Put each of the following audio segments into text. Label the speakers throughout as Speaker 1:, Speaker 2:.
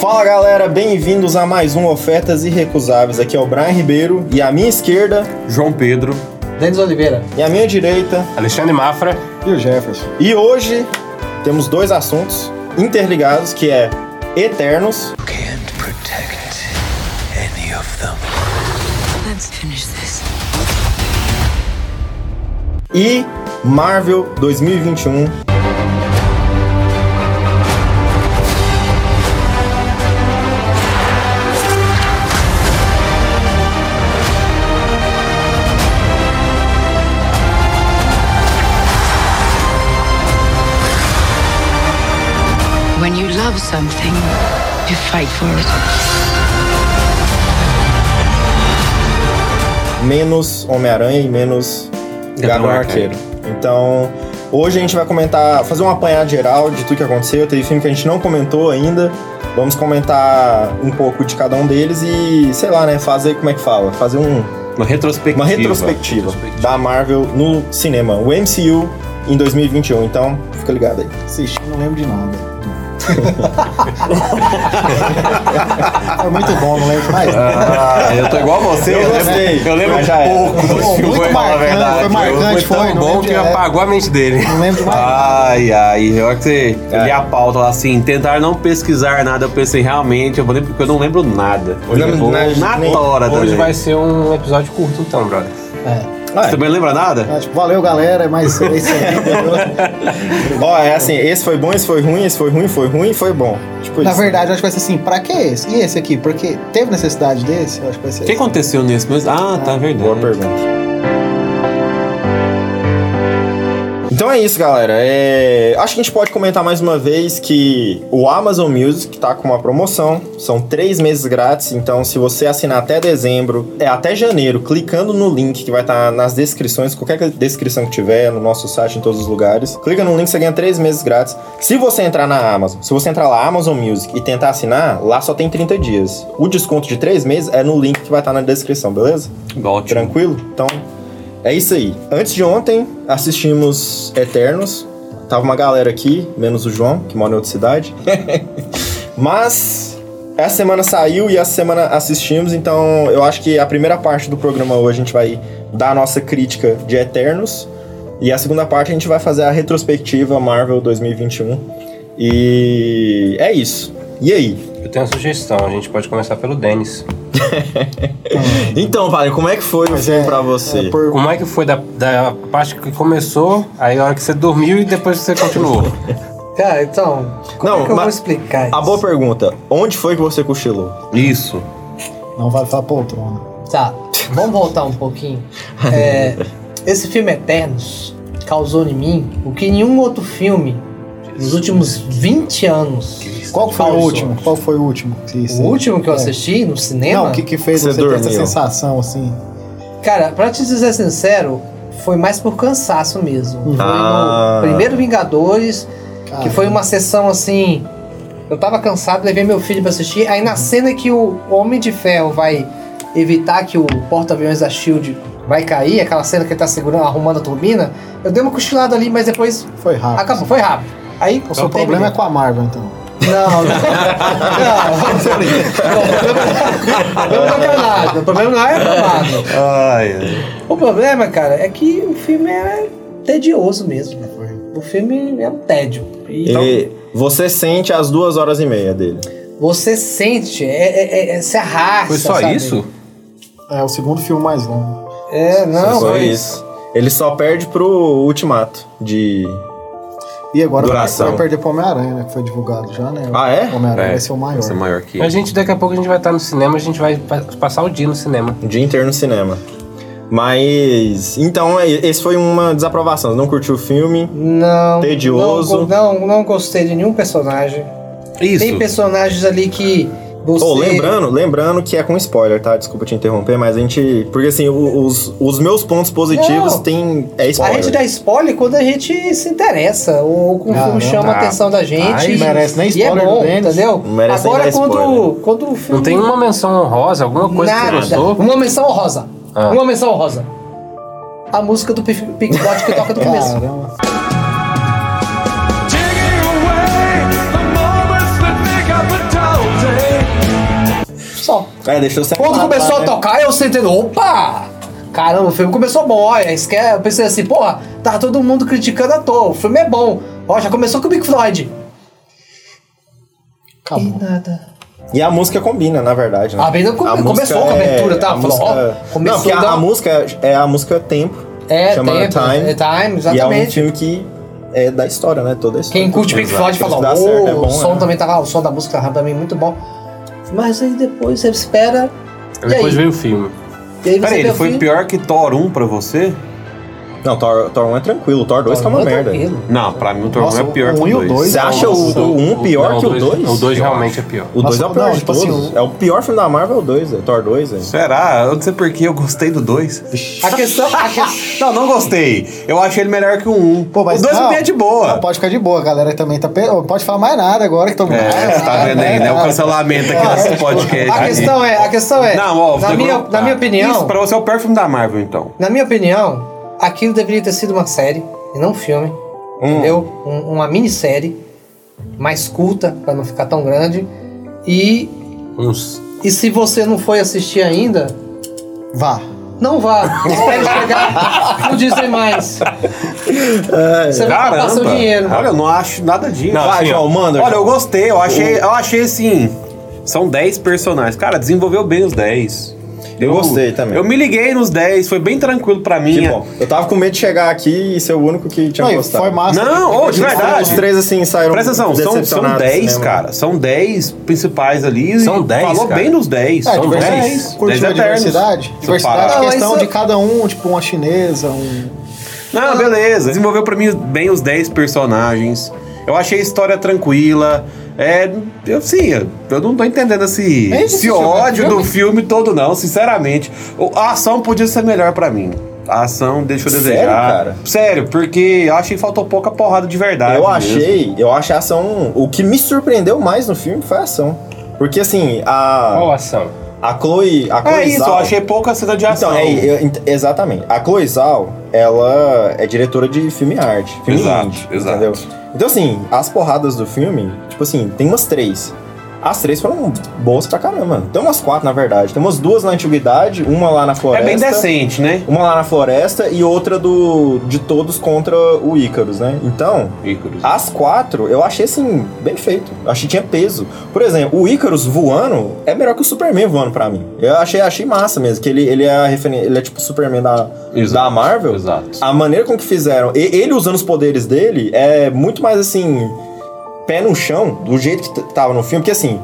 Speaker 1: Fala galera, bem-vindos a mais um Ofertas Irrecusáveis. Aqui é o Brian Ribeiro e à minha esquerda
Speaker 2: João Pedro,
Speaker 3: Denis Oliveira.
Speaker 1: e à minha direita.
Speaker 2: Alexandre Mafra.
Speaker 4: E o Jefferson?
Speaker 1: E hoje temos dois assuntos interligados que é Eternos
Speaker 5: can't protect any of them.
Speaker 6: Let's finish this.
Speaker 1: e Marvel 2021.
Speaker 6: When you love something, you fight for it.
Speaker 1: menos Homem-Aranha e menos Gabriel Arqueiro. Então, hoje a gente vai comentar, fazer um apanhado geral de tudo que aconteceu. Teve filme que a gente não comentou ainda. Vamos comentar um pouco de cada um deles e, sei lá, né, fazer como é que fala? Fazer um-
Speaker 2: Uma retrospectiva.
Speaker 1: uma retrospectiva da Marvel no cinema, o MCU em 2021. Então, fica ligado aí.
Speaker 4: Assisti, não lembro de nada. Foi muito Tá bom, não lembro mais.
Speaker 2: Ah, eu tô igual você.
Speaker 1: Eu
Speaker 2: lembro-
Speaker 1: gostei.
Speaker 2: Eu lembro
Speaker 1: Mas já era.
Speaker 2: pouco
Speaker 4: Foi
Speaker 2: do filme,
Speaker 4: muito
Speaker 2: vou falar a
Speaker 4: marcante,
Speaker 2: verdade.
Speaker 4: foi marcante,
Speaker 2: foi tão
Speaker 4: foi, não
Speaker 2: bom
Speaker 4: lembro
Speaker 2: que
Speaker 4: de-
Speaker 2: apagou a mente dele.
Speaker 4: Não lembro mais.
Speaker 2: é. Ai, ai, eu que você. Eu
Speaker 1: É.
Speaker 2: li a pauta lá assim, tentar não pesquisar nada. Eu pensei, realmente, eu vou lembrar porque eu não lembro nada.
Speaker 1: Hoje
Speaker 2: eu
Speaker 1: não
Speaker 2: vou
Speaker 1: lembro
Speaker 2: na
Speaker 1: nada, nem-
Speaker 2: hora
Speaker 7: Hoje
Speaker 2: também.
Speaker 7: vai ser um episódio curto, então, brother.
Speaker 4: É.
Speaker 1: Ah,
Speaker 2: Você
Speaker 1: é.
Speaker 2: também lembra nada?
Speaker 4: Ah, tipo, valeu, galera, mas é isso aí. entendeu?
Speaker 1: Ó, é assim, esse foi bom, esse foi ruim, esse foi ruim, foi ruim, foi bom. Tipo
Speaker 4: Na
Speaker 1: isso.
Speaker 4: verdade, eu acho que vai ser assim, pra que esse? E esse aqui? Porque teve necessidade desse? Eu acho que vai ser
Speaker 2: O que
Speaker 4: esse.
Speaker 2: aconteceu nesse mesmo? Ah, tá, verdade.
Speaker 1: Boa pergunta. Então é isso, galera. É, Acho que a gente pode comentar mais uma vez que o Amazon Music tá com uma promoção. São três meses grátis. Então, se você assinar até dezembro, é até janeiro, clicando no link que vai estar nas descrições, qualquer descrição que tiver no nosso site, em todos os lugares. Clica no link, você ganha três meses grátis. Se você entrar na Amazon, se você entrar lá, Amazon Music, e tentar assinar, lá só tem 30 dias. O desconto de três meses é no link que vai estar na descrição, beleza?
Speaker 2: Ótimo.
Speaker 1: Tranquilo? Então, é isso aí. Antes de ontem, assistimos Eternos. Tava uma galera aqui, menos o João, que mora em outra cidade. Mas essa semana saiu e essa semana assistimos, então eu acho que a primeira parte do programa hoje a gente vai dar a nossa crítica de Eternos. E a segunda parte a gente vai fazer a retrospectiva Marvel 2021. E é isso. E aí?
Speaker 7: Eu tenho uma sugestão, a gente pode começar pelo Denis.
Speaker 1: Então, Vale, como é que foi o
Speaker 4: Mas
Speaker 1: filme
Speaker 4: é-
Speaker 1: pra você?
Speaker 4: é por-
Speaker 7: Como é que foi da, da parte que começou, aí a hora que você dormiu e depois que você continuou?
Speaker 3: Cara, então, como
Speaker 1: Não,
Speaker 3: é que eu
Speaker 1: mas-
Speaker 3: vou explicar isso?
Speaker 1: A boa pergunta, onde foi que você cochilou?
Speaker 2: Isso.
Speaker 4: Não vale falar poltrona.
Speaker 3: Tá, vamos voltar um pouquinho. É, esse filme Eternos causou em mim o que nenhum outro filme nos últimos 20 anos.
Speaker 4: Qual que foi o
Speaker 3: causou.
Speaker 4: último? Qual foi o último? que
Speaker 3: O
Speaker 4: você-
Speaker 3: último que eu
Speaker 4: É.
Speaker 3: assisti no cinema?
Speaker 4: Não, o que, que fez
Speaker 1: Você
Speaker 4: você, ter essa
Speaker 1: dormiu.
Speaker 4: sensação assim?
Speaker 3: Cara, pra te dizer sincero, foi mais por cansaço mesmo. Foi
Speaker 1: Ah.
Speaker 3: no primeiro Vingadores,
Speaker 4: Cara,
Speaker 3: que foi uma sessão assim. Eu tava cansado, levei meu filho pra assistir. Aí na cena que o Homem de Ferro vai evitar que o porta-aviões da Shield vai cair, aquela cena que ele tá segurando, arrumando a turbina, eu dei uma cochilada ali, mas depois
Speaker 4: Foi rápido.
Speaker 3: acabou, foi rápido. Aí
Speaker 4: O seu problema é com a Marvel, então.
Speaker 3: Não, não. Não, não, não, não, o problema não é aclamado.
Speaker 2: Ai, ai.
Speaker 3: O problema, cara, é que o filme é tedioso mesmo. né? O filme é um tédio. E
Speaker 1: Ele- você sente as duas horas e meia dele.
Speaker 3: você sente, é, é, é, é, se arrasta.
Speaker 7: Foi só
Speaker 3: sabe?
Speaker 7: isso?
Speaker 4: É o segundo filme mais longo.
Speaker 3: É, não,
Speaker 1: só
Speaker 3: foi
Speaker 1: isso. Ele só perde pro Ultimato de.
Speaker 4: E agora vai-
Speaker 1: Duração.
Speaker 4: vai perder pro Homem-Aranha, né? Que foi divulgado já, né?
Speaker 1: Ah, é?
Speaker 4: O Homem-Aranha
Speaker 2: É,
Speaker 4: vai ser o maior.
Speaker 2: Vai ser maior que
Speaker 7: Mas, gente, daqui a pouco a gente vai estar no cinema, a gente vai pa- passar o dia no cinema.
Speaker 1: O dia inteiro no cinema. Mas. Então, é- esse foi uma desaprovação. Você Não curtiu o filme.
Speaker 3: Não.
Speaker 1: Tedioso.
Speaker 3: Não, não, não gostei de nenhum personagem.
Speaker 2: Isso.
Speaker 3: Tem personagens ali que você.
Speaker 1: Ou lembrando, lembrando que é com spoiler, tá? Desculpa te interromper, mas a gente. Porque assim, o- os, os meus pontos positivos
Speaker 3: Não.
Speaker 1: tem. É
Speaker 3: A
Speaker 1: spoiler.
Speaker 3: gente dá spoiler quando a gente se interessa, ou quando o
Speaker 4: Ah,
Speaker 3: filme
Speaker 4: não
Speaker 3: chama
Speaker 2: dá.
Speaker 3: a atenção da gente.
Speaker 4: Aí
Speaker 3: e-
Speaker 4: merece nem
Speaker 3: e é
Speaker 4: spoiler do
Speaker 3: bom,
Speaker 4: Denis.
Speaker 3: entendeu?
Speaker 1: Não merece nem
Speaker 3: Agora
Speaker 1: dar
Speaker 3: quando,
Speaker 1: spoiler.
Speaker 3: quando o filme.
Speaker 7: Não tem uma menção honrosa, alguma coisa
Speaker 3: Nada.
Speaker 7: que você gostou?
Speaker 3: Uma menção honrosa.
Speaker 7: Ah.
Speaker 3: Uma menção honrosa. A música do Pink Pink Floyd que toca no
Speaker 1: É
Speaker 3: começo.
Speaker 4: Caramba.
Speaker 5: Taking away the moments that make up adulting.
Speaker 1: Cara, deixou você.
Speaker 3: Quando começou a tocar, eu sentei, opa! Caramba, o filme começou bom, olha, esque- eu pensei assim, porra, tá todo mundo criticando à toa, o filme é bom. Ó, já começou com o Big Floyd. E
Speaker 4: Acabou.
Speaker 3: nada.
Speaker 1: E a música combina, na verdade. Né?
Speaker 3: A banda com-
Speaker 1: música é
Speaker 3: começou com a abertura, tá?
Speaker 1: a
Speaker 3: Falou,
Speaker 1: música- é-
Speaker 3: ó,
Speaker 1: Não,
Speaker 3: começou então
Speaker 1: porque a,
Speaker 3: da-
Speaker 1: a música é a música Tempo.
Speaker 3: É,
Speaker 1: chama
Speaker 3: tempo,
Speaker 1: Time.
Speaker 3: é Time,
Speaker 1: E é um
Speaker 3: exatamente.
Speaker 1: filme que é da história, né? Toda a história.
Speaker 3: Quem curte Pink
Speaker 1: Exato.
Speaker 3: Floyd fala,
Speaker 1: Isso
Speaker 3: "Ô,
Speaker 1: dá certo, é
Speaker 3: o
Speaker 1: bom,
Speaker 3: som
Speaker 1: né?
Speaker 3: também tava, o som da música tava também é muito bom. Mas aí depois você espera. E
Speaker 7: Depois
Speaker 3: aí?
Speaker 7: veio o filme.
Speaker 3: E aí você
Speaker 2: Peraí,
Speaker 3: vê
Speaker 2: ele
Speaker 3: o
Speaker 2: foi
Speaker 3: filme.
Speaker 2: pior que Thor 1 pra você?
Speaker 1: Não, Thor, Thor 1 é tranquilo, Thor 2 que é
Speaker 3: Não,
Speaker 1: uma
Speaker 3: tá
Speaker 1: merda.
Speaker 3: tranquilo.
Speaker 2: Não, pra mim o Thor 1
Speaker 4: Nossa,
Speaker 2: é pior
Speaker 4: o
Speaker 2: que
Speaker 4: um e o
Speaker 2: o 2.
Speaker 4: dois.
Speaker 1: Você acha o,
Speaker 7: Não,
Speaker 1: o 1 pior
Speaker 7: não,
Speaker 1: que o 2?
Speaker 7: O 2 realmente é pior.
Speaker 1: O 2 é o
Speaker 4: Nossa,
Speaker 1: pior
Speaker 4: não,
Speaker 1: de
Speaker 4: tipo
Speaker 1: todos.
Speaker 4: assim, o-
Speaker 1: É o pior filme da Marvel, o 2, é Thor 2. É.
Speaker 2: Será? Eu não sei porquê, eu gostei do 2.
Speaker 3: A questão, a
Speaker 2: Não,
Speaker 3: questão-
Speaker 2: não gostei. Eu achei ele melhor que o 1.
Speaker 4: Pô, mas
Speaker 2: o 2
Speaker 4: não,
Speaker 2: é de
Speaker 4: não,
Speaker 2: boa.
Speaker 4: pode ficar de boa, a galera também tá. pe- Não pode falar mais nada agora que todo mundo.
Speaker 2: É, você tá vendo aí, né? O cancelamento aqui nesse podcast.
Speaker 3: a questão é, a questão é,
Speaker 2: Não, ó,
Speaker 3: na,
Speaker 2: você
Speaker 3: minha,
Speaker 2: colocou-
Speaker 3: na minha
Speaker 2: Ah, Isso
Speaker 3: opinião,
Speaker 2: pra você é o pior filme da Marvel, então.
Speaker 3: na minha opinião, aquilo deveria ter sido uma série e não um filme.
Speaker 2: Hum.
Speaker 3: Entendeu? Um- uma minissérie mais curta, pra não ficar tão grande. E,
Speaker 7: Uns.
Speaker 3: e se você não foi assistir ainda,
Speaker 4: Vá.
Speaker 3: Não vá. Espere chegar no Disney mais. Você vai
Speaker 2: Caramba.
Speaker 3: gastar seu dinheiro.
Speaker 2: Olha, eu não acho nada disso.
Speaker 1: Não, assim, ó, manda,
Speaker 2: Olha,
Speaker 1: João.
Speaker 2: eu gostei. Eu achei, eu achei assim. São 10 personagens. Cara, desenvolveu bem os 10.
Speaker 1: Eu gostei também.
Speaker 2: Eu me liguei nos 10, foi bem tranquilo pra mim.
Speaker 1: Que bom. Tipo, Eu tava com medo de chegar aqui e ser o único que tinha
Speaker 4: Não, e
Speaker 1: gostado.
Speaker 4: foi massa.
Speaker 2: Não, ô, de
Speaker 1: Os
Speaker 2: verdade.
Speaker 1: três, assim, saíram
Speaker 2: Presta atenção, são, são
Speaker 1: decepcionados,
Speaker 2: 10,
Speaker 1: né,
Speaker 2: cara. São 10 principais ali. e
Speaker 7: São 10,
Speaker 2: Falou
Speaker 7: cara.
Speaker 2: bem nos 10.
Speaker 4: É,
Speaker 2: são
Speaker 4: diversidade.
Speaker 2: 10.
Speaker 4: Curtiu
Speaker 2: 10
Speaker 4: a
Speaker 2: eternos.
Speaker 4: diversidade?
Speaker 2: Se
Speaker 4: Diversidade
Speaker 2: parar.
Speaker 4: é
Speaker 3: Não,
Speaker 4: questão
Speaker 3: isso-
Speaker 4: de cada um, tipo, uma chinesa, um.
Speaker 2: Não, beleza. Desenvolveu pra mim bem os 10 personagens. Eu achei a história tranquila. É, eu sim, eu não tô entendendo esse,
Speaker 4: É
Speaker 2: esse
Speaker 4: isso, esse filme é
Speaker 2: ódio do
Speaker 4: filme?
Speaker 2: filme todo, não, sinceramente. O- A ação podia ser melhor pra mim. A ação deixa eu
Speaker 1: Sério,
Speaker 2: desejar.
Speaker 1: cara?
Speaker 2: Sério, porque eu achei que faltou pouca porrada de verdade.
Speaker 1: Eu
Speaker 2: mesmo.
Speaker 1: achei, eu achei a ação. O que me surpreendeu mais no filme foi a ação. Porque assim,
Speaker 7: Qual
Speaker 1: a.
Speaker 7: ação?
Speaker 1: A Chloe. A Chloe
Speaker 2: É isso, eu
Speaker 1: Zhao-
Speaker 2: achei pouca cena de ação.
Speaker 1: Então, é, eu- ent- exatamente. A Chloe Zhao, ela é diretora de filme arte. Filme
Speaker 2: Exato,
Speaker 1: indie,
Speaker 2: exato.
Speaker 1: Entendeu? Então, assim, as porradas do filme, tipo assim, tem umas três. As três foram boas pra caramba. Tem umas quatro, na verdade. Tem umas duas na antiguidade, uma lá na
Speaker 2: é
Speaker 1: floresta.
Speaker 2: bem decente, né?
Speaker 1: Uma lá na floresta e outra do de todos contra o Ícaros, né? Então,
Speaker 2: Ícoros.
Speaker 1: as quatro eu achei assim, bem feito. Eu Achei que tinha peso. Por exemplo, o Ícaros voando é melhor que o Superman voando pra mim. Eu achei, achei massa mesmo, que ele, ele, é, a referen- ele é tipo o Superman da,
Speaker 2: Exato,
Speaker 1: da Marvel.
Speaker 2: exato.
Speaker 1: A maneira com que fizeram, e- ele usando os poderes dele é muito mais assim, pé no chão, do jeito que t- tava no filme, porque assim.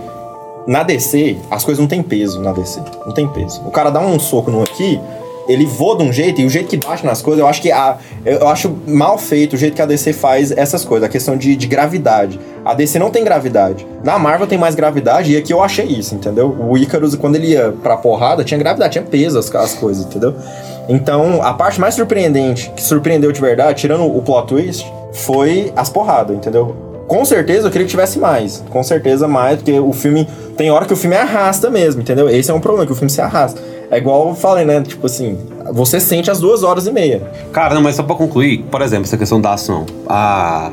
Speaker 1: Na DC, as coisas não tem peso na DC. Não tem peso. O cara dá um soco no aqui, ele voa de um jeito, e o jeito que bate nas coisas, eu acho que a, eu eu acho mal feito o jeito que a DC faz essas coisas, a questão de, de gravidade. A DC não tem gravidade. Na Marvel tem mais gravidade, e aqui eu achei isso, entendeu? O Icarus, quando ele ia pra porrada, tinha gravidade, tinha peso as, as coisas, entendeu? Então, a parte mais surpreendente, que surpreendeu de verdade, tirando o plot twist, foi as porradas, entendeu? Com certeza eu queria que tivesse mais. Com certeza mais, porque o filme. Tem hora que o filme arrasta mesmo, entendeu? Esse é um problema, que o filme se arrasta. É igual eu falei, né? Tipo assim, você sente as duas horas e meia.
Speaker 2: Cara, não, mas só pra concluir, por exemplo, essa questão da ação. A.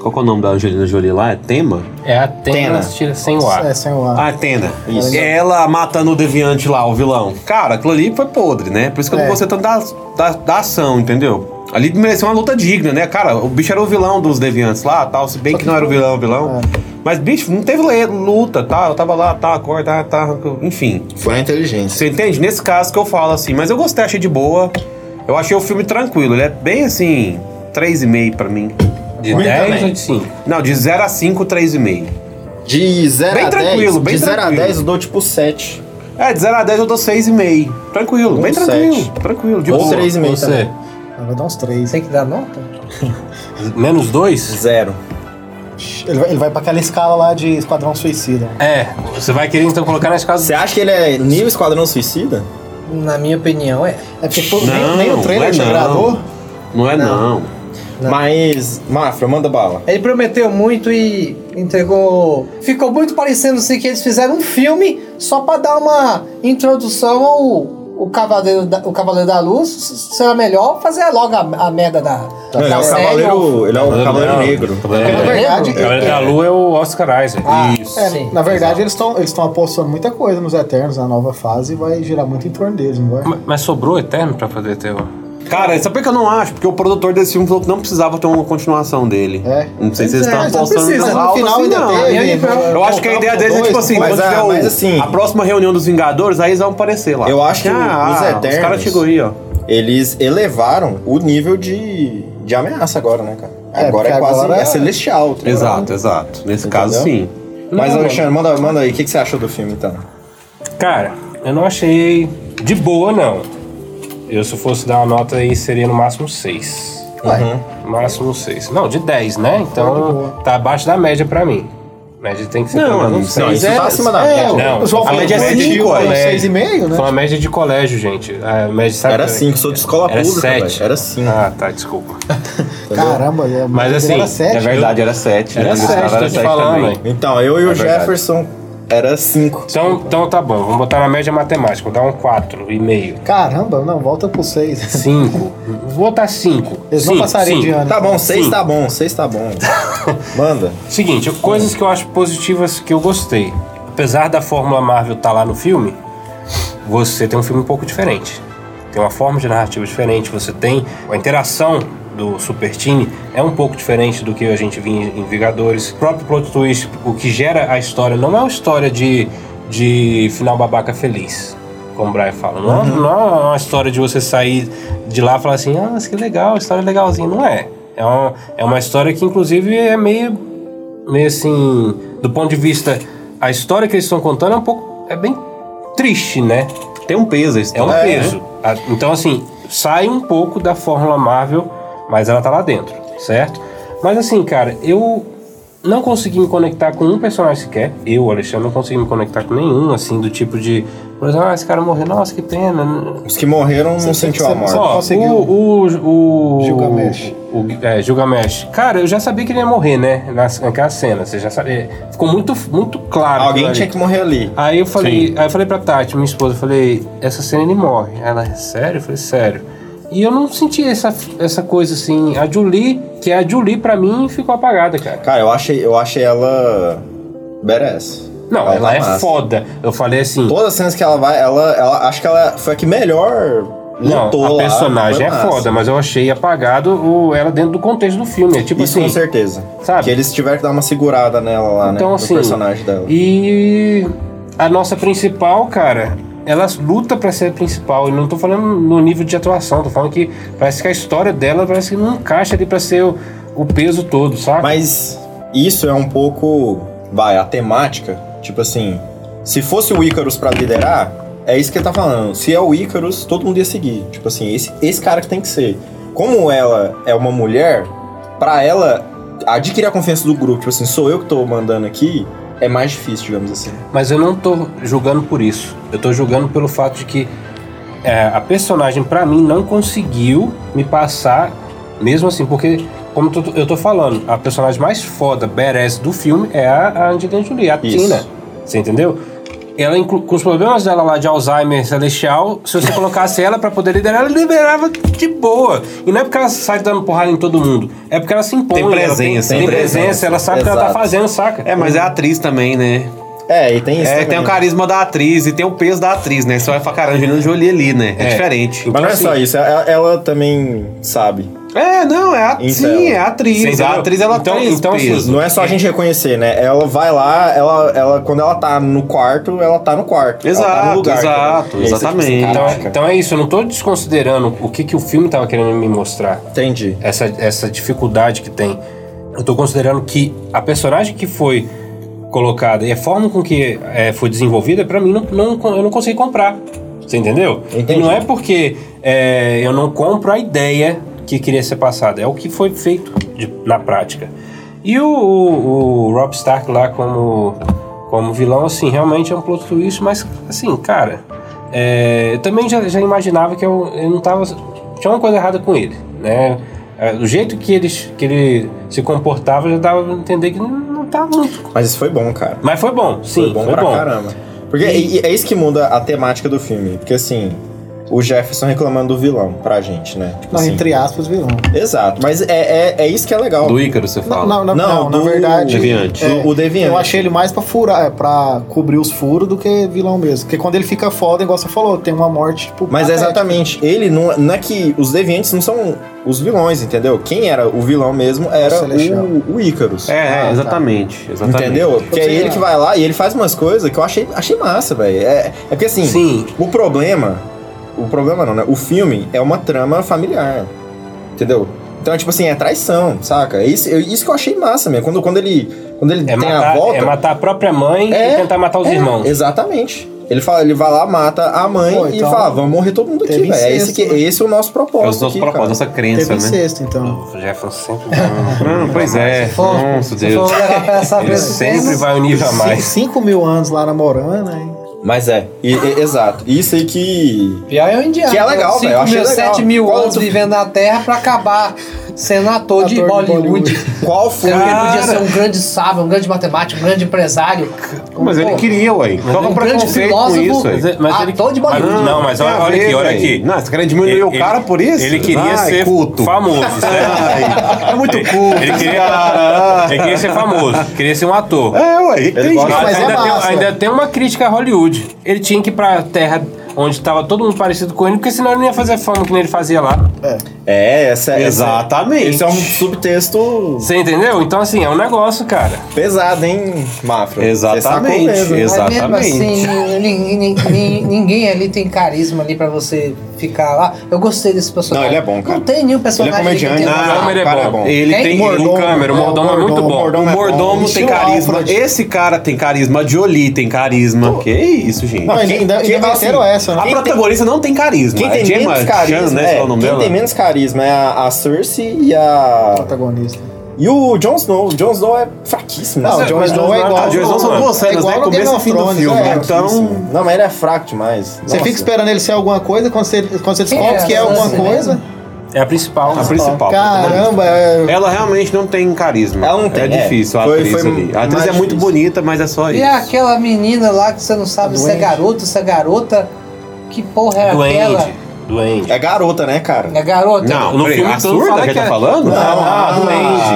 Speaker 2: Qual que é o nome da Angelina Jolie lá? É Tema?
Speaker 7: É Atenas
Speaker 1: Tena.
Speaker 7: tira sem o ar.
Speaker 4: É, sem o
Speaker 2: Ah,
Speaker 4: ar.
Speaker 2: é Tena.
Speaker 1: Isso.
Speaker 2: Ela matando o deviante lá, o vilão. Cara, aquilo ali foi podre, né? Por isso que eu
Speaker 4: É.
Speaker 2: não gostei tanto da, da, da ação, entendeu? Ali mereceu uma luta digna, né? Cara, o bicho era o vilão dos deviantes lá, tal. Se bem que, não era o vilão, o vilão. Mas, bicho, não teve le- luta, tá? Eu tava lá, tá, acorda, tá, tá. Enfim.
Speaker 1: Foi a inteligência.
Speaker 2: Você entende? Nesse caso que eu falo assim, mas eu gostei, achei de boa. Eu achei o filme tranquilo, ele é bem assim, 3,5 pra mim.
Speaker 7: De
Speaker 1: Muito
Speaker 7: 10
Speaker 1: bem.
Speaker 7: ou de 5?
Speaker 2: Não, de 0 a 5, 3,5.
Speaker 1: De 0
Speaker 2: Bem
Speaker 1: a 10.
Speaker 2: tranquilo, bem
Speaker 1: de 0 a
Speaker 2: tranquilo.
Speaker 1: 10 eu dou tipo 7.
Speaker 2: É, de 0 a 10 eu dou 6,5. Tranquilo, bem
Speaker 1: Um
Speaker 2: tranquilo,
Speaker 1: sete.
Speaker 2: tranquilo, de
Speaker 1: Ou
Speaker 2: boa.
Speaker 1: 3,5
Speaker 7: Você,
Speaker 1: também.
Speaker 4: Ah, Vai dar uns três.
Speaker 3: Tem que dar nota?
Speaker 7: menos 2?
Speaker 1: Zero.
Speaker 4: Ele vai, ele vai pra aquela escala lá de Esquadrão Suicida.
Speaker 7: É, você vai querer então colocar nas casas.
Speaker 1: Você acha que ele é nível Esquadrão Suicida?
Speaker 3: Na minha opinião, é.
Speaker 4: É porque pô,
Speaker 2: Não,
Speaker 4: nem, nem o trailer
Speaker 2: não é
Speaker 4: te
Speaker 2: não.
Speaker 4: agradou.
Speaker 2: Não é não.
Speaker 1: Mas, Mafra, manda bala.
Speaker 3: Ele prometeu muito e entregou. Ficou muito parecendo assim que eles fizeram um filme só pra dar uma introdução ao o Cavaleiro da, o Cavaleiro da Luz, será melhor fazer logo a, a merda da.
Speaker 1: Não, ele é
Speaker 3: da
Speaker 1: o
Speaker 3: série, ou-
Speaker 1: cavaleiro. Ele é o cavaleiro
Speaker 2: Não,
Speaker 1: negro.
Speaker 2: Cavaleiro
Speaker 4: Na
Speaker 2: Negro.
Speaker 4: verdade,
Speaker 7: Galera
Speaker 4: é-
Speaker 7: da Lua é o Oscar Isaac.
Speaker 3: Ah,
Speaker 2: Isso.
Speaker 3: é, sim.
Speaker 4: na verdade eles estão eles estão apostando muita coisa nos Eternos, na nova fase, e vai girar muito em torno deles, não vai?
Speaker 7: Ma- Mas sobrou Eterno pra fazer até o...
Speaker 2: Cara, sabe por que eu não acho? Porque o produtor desse filme falou que não precisava ter uma continuação dele.
Speaker 4: É.
Speaker 2: Não sei se vocês
Speaker 4: É,
Speaker 2: estão
Speaker 4: não
Speaker 2: apostando
Speaker 4: precisa,
Speaker 2: nessa
Speaker 4: no
Speaker 2: alta
Speaker 4: final
Speaker 2: assim,
Speaker 4: ainda
Speaker 2: não.
Speaker 4: teve, né?
Speaker 2: Eu acho que a ideia deles é tipo assim,
Speaker 1: Mas
Speaker 2: quando
Speaker 1: a-
Speaker 2: tiver o-
Speaker 1: mas assim-
Speaker 2: a próxima reunião dos Vingadores, aí eles vão aparecer lá. Ah,
Speaker 1: Eu acho que os
Speaker 2: Os
Speaker 1: Eternos-
Speaker 2: caras chegou aí, ó.
Speaker 1: Eles elevaram o nível de, de ameaça agora, né, cara?
Speaker 4: É,
Speaker 1: Agora é
Speaker 4: porque
Speaker 1: quase
Speaker 4: agora-
Speaker 1: é celestial. tá ligado?
Speaker 2: Exato, exato. Nesse caso, sim.
Speaker 1: Mas, Alexandre, manda, manda aí. O que, que você achou do filme, então?
Speaker 7: Cara, eu não achei de boa, não. Eu, se eu fosse dar uma nota aí, seria no máximo 6. Máximo 6. Não, de 10, né? Então, tá abaixo da média pra mim. Média tem que ser pelo
Speaker 2: Não,
Speaker 7: menos um
Speaker 2: não,
Speaker 7: seis.
Speaker 2: não, isso tá acima da
Speaker 4: É,
Speaker 2: média.
Speaker 7: Não,
Speaker 4: o João
Speaker 7: a
Speaker 4: falou
Speaker 2: média é
Speaker 4: cinco,
Speaker 2: cinco,
Speaker 4: é um
Speaker 7: né?
Speaker 4: seis e meio, né?
Speaker 7: Foi uma média de colégio, gente. A média, sabe,
Speaker 1: Era 5, sou de escola
Speaker 7: era
Speaker 1: pública,
Speaker 7: sete.
Speaker 1: velho. Era 5.
Speaker 7: Ah, tá, desculpa.
Speaker 4: Caramba, é,
Speaker 7: Mas assim,
Speaker 4: era sete,
Speaker 2: É verdade, era 7.
Speaker 7: Era 7, tô te falando, hein?
Speaker 1: Então, eu e o
Speaker 2: É verdade.
Speaker 1: Jefferson era 5.
Speaker 7: Então, então tá bom, vamos botar na média matemática, vou dar um 4,5.
Speaker 4: Caramba, não, volta pro 6.
Speaker 7: 5. Vou botar 5.
Speaker 4: Eles não passariam de ano.
Speaker 1: Tá bom, 6
Speaker 7: Sim.
Speaker 1: tá bom, 6 tá bom. Manda.
Speaker 7: Seguinte, coisas que eu acho positivas que eu gostei. Apesar da fórmula Marvel estar lá no filme, você tem um filme um pouco diferente. Tem uma forma de narrativa diferente, você tem a interação do Super Team é um pouco diferente do que a gente vinha em Vingadores. O próprio plot twist, o que gera a história, não é uma história de, de final babaca feliz, como o Brian fala. Não, não é uma história de você sair de lá e falar assim, ah, mas que legal, história legalzinha. Não é. É uma, é uma história que, inclusive, é meio meio assim, do ponto de vista a história que eles estão contando é um pouco é bem triste, né?
Speaker 2: Tem um peso a
Speaker 7: É um
Speaker 2: história.
Speaker 7: peso. A- Então assim, sai um pouco da fórmula Marvel, mas ela tá lá dentro, certo? Mas assim, cara, eu não consegui me conectar com um personagem sequer. Eu, Alexandre, não consegui me conectar com nenhum, assim, do tipo de. Por exemplo, ah, esse cara morreu, nossa, que pena.
Speaker 1: Os que morreram não sentiu a
Speaker 4: você-
Speaker 1: morte.
Speaker 7: Ó,
Speaker 4: conseguiu.
Speaker 7: O, o, o
Speaker 4: Gilgamesh.
Speaker 7: O, é, Gilgamesh. Cara, eu já sabia que ele ia morrer, né? Nas, naquela cena. Você já sabia. Ficou muito, muito claro.
Speaker 1: Alguém
Speaker 7: aquilo
Speaker 1: tinha
Speaker 7: ali.
Speaker 1: que morrer ali.
Speaker 7: Aí eu falei, aí eu falei pra Tati, minha esposa, eu falei, essa cena ele morre. Ela, sério? Eu falei, sério. E eu não senti essa, essa coisa assim. A Julie, que é a Julie, pra mim, ficou apagada, cara.
Speaker 1: Cara, eu achei, eu achei ela. badass.
Speaker 7: Não, ela,
Speaker 1: tá
Speaker 7: é
Speaker 1: massa.
Speaker 7: foda. Eu falei assim.
Speaker 1: Todas as cenas que ela vai, ela, ela acho que ela foi a que melhor
Speaker 7: Não,
Speaker 1: lutou
Speaker 7: a
Speaker 1: lá,
Speaker 7: personagem
Speaker 1: foi
Speaker 7: é
Speaker 1: massa.
Speaker 7: foda, mas eu achei apagado o, ela dentro do contexto do filme. É tipo
Speaker 1: Isso
Speaker 7: assim.
Speaker 1: com certeza.
Speaker 7: sabe?
Speaker 1: Que eles tiveram que dar uma segurada nela lá, né?
Speaker 7: Então,
Speaker 1: no
Speaker 7: assim,
Speaker 1: personagem dela.
Speaker 7: E a nossa principal, cara, ela luta pra ser a principal. E não tô falando no nível de atuação, tô falando que parece que a história dela parece que não encaixa ali pra ser o, o peso todo, sabe?
Speaker 1: Mas isso é um pouco. Vai, a temática. Tipo assim, se fosse o Icarus pra liderar, é isso que ele tá falando. Se é o Icarus, todo mundo ia seguir. Tipo assim, esse, esse cara que tem que ser. Como ela é uma mulher, pra ela adquirir a confiança do grupo, tipo assim, sou eu que tô mandando aqui, é mais difícil, digamos assim.
Speaker 7: Mas eu não tô julgando por isso. Eu tô julgando pelo fato de que é, a personagem, pra mim, não conseguiu me passar, mesmo assim, porque, como eu tô, eu tô falando, a personagem mais foda, badass do filme é a, a Angelina Jolie, a
Speaker 1: Isso.
Speaker 7: Tina. Você entendeu? Ela, inclu- com os problemas dela lá de Alzheimer celestial, se você colocasse ela pra poder liderar, ela liberava de boa. E não é porque ela sai dando porrada em todo mundo, é porque ela se impõe.
Speaker 2: Tem
Speaker 7: ela
Speaker 2: presença,
Speaker 7: tem,
Speaker 2: tem
Speaker 7: presença,
Speaker 1: presença.
Speaker 7: ela sabe o que ela tá
Speaker 1: Exato.
Speaker 7: fazendo, saca?
Speaker 2: É, mas é a atriz também, né?
Speaker 1: É, e tem isso.
Speaker 2: É,
Speaker 1: também.
Speaker 2: tem o carisma da atriz e tem o peso da atriz, né? Você vai falar, cara, a Angelina Jolie ali, né? É,
Speaker 7: É.
Speaker 2: diferente.
Speaker 1: Mas não é
Speaker 7: assim-
Speaker 1: só isso, ela, ela também sabe.
Speaker 2: É, não, é a,
Speaker 1: Então.
Speaker 2: sim, é a
Speaker 7: Você
Speaker 2: atriz.
Speaker 7: entendeu?
Speaker 2: A atriz, ela
Speaker 7: Então-
Speaker 2: tem esse
Speaker 7: então, assim,
Speaker 2: peso.
Speaker 1: Não é só a gente reconhecer, né? Ela vai lá, ela, ela, quando ela tá no quarto, ela tá no quarto. Ela tá
Speaker 2: Exato,
Speaker 1: no lugar,
Speaker 2: exato,
Speaker 1: entendeu? E aí você fica assim,
Speaker 2: exatamente.
Speaker 7: Então,
Speaker 1: "Caraca".
Speaker 7: então é isso, eu não tô desconsiderando o que, que o filme tava querendo me mostrar,
Speaker 1: Entendi.
Speaker 7: essa, essa dificuldade que tem. Eu tô considerando que a personagem que foi colocada e a forma com que eh, foi desenvolvida, pra mim, não, não- eu não consegui comprar. Você entendeu? E
Speaker 1: Entendi.
Speaker 7: não é porque eh, eu não compro a ideia que queria ser passada, é o que foi feito de- na prática. E o, o, o Rob Stark lá como, como vilão, assim, realmente é um plot twist, mas assim, cara, é, eu também já, já imaginava que eu, eu não tava. Tinha uma coisa errada com ele, né? É, Do jeito que ele, que ele se comportava, já dava pra entender que não, não tava muito.
Speaker 1: Mas isso foi bom, cara.
Speaker 7: Mas foi bom,
Speaker 1: foi
Speaker 7: sim,
Speaker 1: bom pra caramba. Porque e- e é isso que muda a temática do filme. Porque assim, o Jefferson reclamando do vilão pra gente, né? Tipo
Speaker 4: Não,
Speaker 1: assim.
Speaker 4: entre aspas, vilão.
Speaker 1: Exato, mas é, é, é isso que é legal.
Speaker 2: Do Ícaro, você fala.
Speaker 4: Não, não, não,
Speaker 1: Não,
Speaker 4: não, na
Speaker 1: do-
Speaker 4: verdade.
Speaker 2: Deviante.
Speaker 4: é,
Speaker 1: O- o Deviante.
Speaker 4: Eu achei ele mais pra furar, é, pra cobrir os furos do que vilão mesmo. Porque quando ele fica foda, igual você falou, tem uma morte, tipo.
Speaker 1: Mas é
Speaker 4: patética.
Speaker 1: exatamente, ele não, não é que os deviantes não são os vilões, entendeu? Quem era o vilão mesmo era
Speaker 4: O Celestial.
Speaker 1: o, o Ícaros.
Speaker 2: É, é,
Speaker 4: Ah, tá.
Speaker 2: exatamente, exatamente.
Speaker 1: Entendeu? Porque é
Speaker 4: Sim.
Speaker 1: ele que vai lá e ele faz umas coisas que eu achei, achei massa, velho. É, é porque assim,
Speaker 7: Sim.
Speaker 1: o problema. O problema não, né? O filme é uma trama familiar. Entendeu? Então, é tipo assim, é traição, saca? É isso, eu- isso que eu achei massa mesmo. Quando, quando ele, quando ele tem
Speaker 7: É matar,
Speaker 1: a volta.
Speaker 7: é matar a própria mãe
Speaker 1: É,
Speaker 7: e tentar matar os
Speaker 1: é,
Speaker 7: irmãos.
Speaker 1: Exatamente. Ele, fala, ele vai lá, mata a mãe
Speaker 4: Pô,
Speaker 1: e
Speaker 4: então,
Speaker 1: fala: "Ah, vamos morrer todo mundo aqui,
Speaker 4: teve
Speaker 1: velho. É esse, que,
Speaker 4: incesto, né?
Speaker 1: esse é o nosso
Speaker 2: É
Speaker 1: propósito.
Speaker 2: os nossos
Speaker 1: aqui,
Speaker 2: propósitos,
Speaker 1: cara.
Speaker 2: nossa crença,
Speaker 4: Teve
Speaker 2: né?
Speaker 4: incesto, então.
Speaker 7: O Jefferson sempre vai,
Speaker 2: Não, pois é.
Speaker 3: for-
Speaker 2: Nossa,
Speaker 3: se for
Speaker 2: Deus.
Speaker 3: levar pra essa
Speaker 7: ele
Speaker 3: presença-
Speaker 7: sempre vai um
Speaker 2: Ah,
Speaker 7: nível a
Speaker 4: Cin-
Speaker 7: mais.
Speaker 4: Cinco mil anos lá na Morana, hein?
Speaker 1: Mas é, e- e- exato. Isso aí que.
Speaker 3: Pior é o indiano.
Speaker 1: Que é legal, velho, eu
Speaker 3: velho.
Speaker 1: achei
Speaker 3: 5 mil,
Speaker 1: legal.
Speaker 3: 7 mil
Speaker 1: Qual
Speaker 3: anos
Speaker 1: outro-
Speaker 3: vivendo na Terra pra acabar sendo ator, de
Speaker 4: Ator de
Speaker 3: Bollywood.
Speaker 1: Qual foi.
Speaker 3: Sendo que Ele podia
Speaker 7: Cara.
Speaker 3: ser um grande sábio, um grande matemático, um grande empresário.
Speaker 2: Mas ele
Speaker 3: Pô,
Speaker 2: queria, ué. Toca
Speaker 3: um
Speaker 2: preconceito com
Speaker 3: filósofo.
Speaker 2: isso, aí.
Speaker 7: Mas, mas ele,
Speaker 3: Ator de
Speaker 7: mas-
Speaker 3: Bollywood.
Speaker 7: Não, mas
Speaker 2: tem
Speaker 7: olha,
Speaker 2: a
Speaker 7: olha
Speaker 2: Ah, ver,
Speaker 7: aqui, olha
Speaker 2: velho.
Speaker 7: aqui.
Speaker 2: Não, você quer diminuir o
Speaker 7: ele-
Speaker 2: cara por isso?
Speaker 7: Ele queria
Speaker 2: Ai,
Speaker 7: ser
Speaker 2: culto.
Speaker 7: famoso, certo?
Speaker 2: Ai, é muito
Speaker 7: Ele-
Speaker 2: culto.
Speaker 7: ele
Speaker 2: esse
Speaker 7: queria-
Speaker 2: cara.
Speaker 7: Ele queria ser famoso, queria ser um ator.
Speaker 2: É, ué. Ele tem
Speaker 1: gosta-
Speaker 2: gente-
Speaker 4: Mas é
Speaker 7: ainda, tem,
Speaker 4: massa.
Speaker 7: ainda tem uma crítica a Hollywood. Ele tinha que ir pra terra onde tava todo mundo parecido com ele, porque senão ele não ia fazer a fama que nem ele fazia lá.
Speaker 1: É, essa essa-
Speaker 2: Exatamente.
Speaker 1: Esse é um subtexto
Speaker 7: Você entendeu? Então, assim, é um negócio, cara.
Speaker 1: pesado, hein, Mafra? Você sacou
Speaker 2: Exatamente,
Speaker 1: mesmo, hein?
Speaker 2: exa-
Speaker 3: Mas mesmo
Speaker 2: Exatamente.
Speaker 3: assim, nin- nin- nin- ninguém ali tem carisma ali pra você ficar lá. Eu gostei desse personagem.
Speaker 1: Não, ele é bom, cara.
Speaker 3: Não tem nenhum personagem
Speaker 1: Ele é
Speaker 3: ali que
Speaker 1: comediante,
Speaker 3: tem
Speaker 1: né? Ah,
Speaker 3: uma-
Speaker 7: Não, mas ele é
Speaker 1: cara, é
Speaker 7: bom.
Speaker 1: bom.
Speaker 2: Ele
Speaker 3: Quem?
Speaker 2: tem
Speaker 1: Mordomo,
Speaker 2: um câmera, o
Speaker 1: né?
Speaker 7: mordomo é muito
Speaker 1: O
Speaker 7: bom.
Speaker 1: mordomo é
Speaker 2: O
Speaker 1: bom.
Speaker 2: mordomo tem
Speaker 4: Estilo
Speaker 2: carisma.
Speaker 4: Alfred.
Speaker 2: Esse cara tem carisma. A Jolie tem carisma. Que isso, gente.
Speaker 4: Não,
Speaker 1: Quem-
Speaker 4: ainda, ainda
Speaker 1: quem-
Speaker 4: meteram
Speaker 1: assim, né?
Speaker 4: essa, né?
Speaker 2: A protagonista não tem carisma.
Speaker 1: Quem
Speaker 2: É
Speaker 1: tem
Speaker 2: Gemma
Speaker 1: menos
Speaker 2: Chan,
Speaker 1: carisma,
Speaker 2: né?
Speaker 1: é,
Speaker 2: esse é o nome
Speaker 1: quem
Speaker 2: dela.
Speaker 1: tem menos carisma é a, a Cersei e a
Speaker 4: Protagonista.
Speaker 1: e o Jon Snow. O Jon Snow é fraquíssimo.
Speaker 4: Não,
Speaker 1: né?
Speaker 4: o Jon Snow é igual.
Speaker 2: Ah, Jones não são duas
Speaker 4: É
Speaker 2: cenas,
Speaker 4: igual
Speaker 2: né?
Speaker 4: no Game
Speaker 2: Começo e
Speaker 4: of
Speaker 2: fim do
Speaker 4: Thrones,
Speaker 2: filme.
Speaker 4: é,
Speaker 2: então,
Speaker 1: Não, mas ele é fraco demais.
Speaker 4: Você fica esperando ele ser alguma coisa, quando você, quando você descobre
Speaker 3: é
Speaker 4: que é
Speaker 3: essa,
Speaker 4: alguma
Speaker 3: né?
Speaker 4: coisa.
Speaker 7: É a principal.
Speaker 2: a principal.
Speaker 4: Caramba, é.
Speaker 2: Ela realmente não tem carisma.
Speaker 1: Ela não tem,
Speaker 2: É
Speaker 1: é.
Speaker 2: difícil a
Speaker 1: Foi-
Speaker 2: atriz
Speaker 1: foi
Speaker 2: ali. A atriz é
Speaker 1: mais
Speaker 2: muito
Speaker 1: difícil.
Speaker 2: bonita, mas é só
Speaker 3: E
Speaker 2: isso.
Speaker 3: aquela menina lá que você não sabe se é
Speaker 4: Doente.
Speaker 3: garoto, se é garota. Que porra é aquela?
Speaker 7: Doente. Doente.
Speaker 1: É garota, né, cara?
Speaker 3: É garota?
Speaker 2: Não,
Speaker 7: No
Speaker 2: peraí,
Speaker 7: filme
Speaker 2: a
Speaker 7: todo fala
Speaker 2: surda que
Speaker 7: que
Speaker 2: tá
Speaker 7: é-
Speaker 2: falando?
Speaker 1: a-
Speaker 2: ah,
Speaker 1: A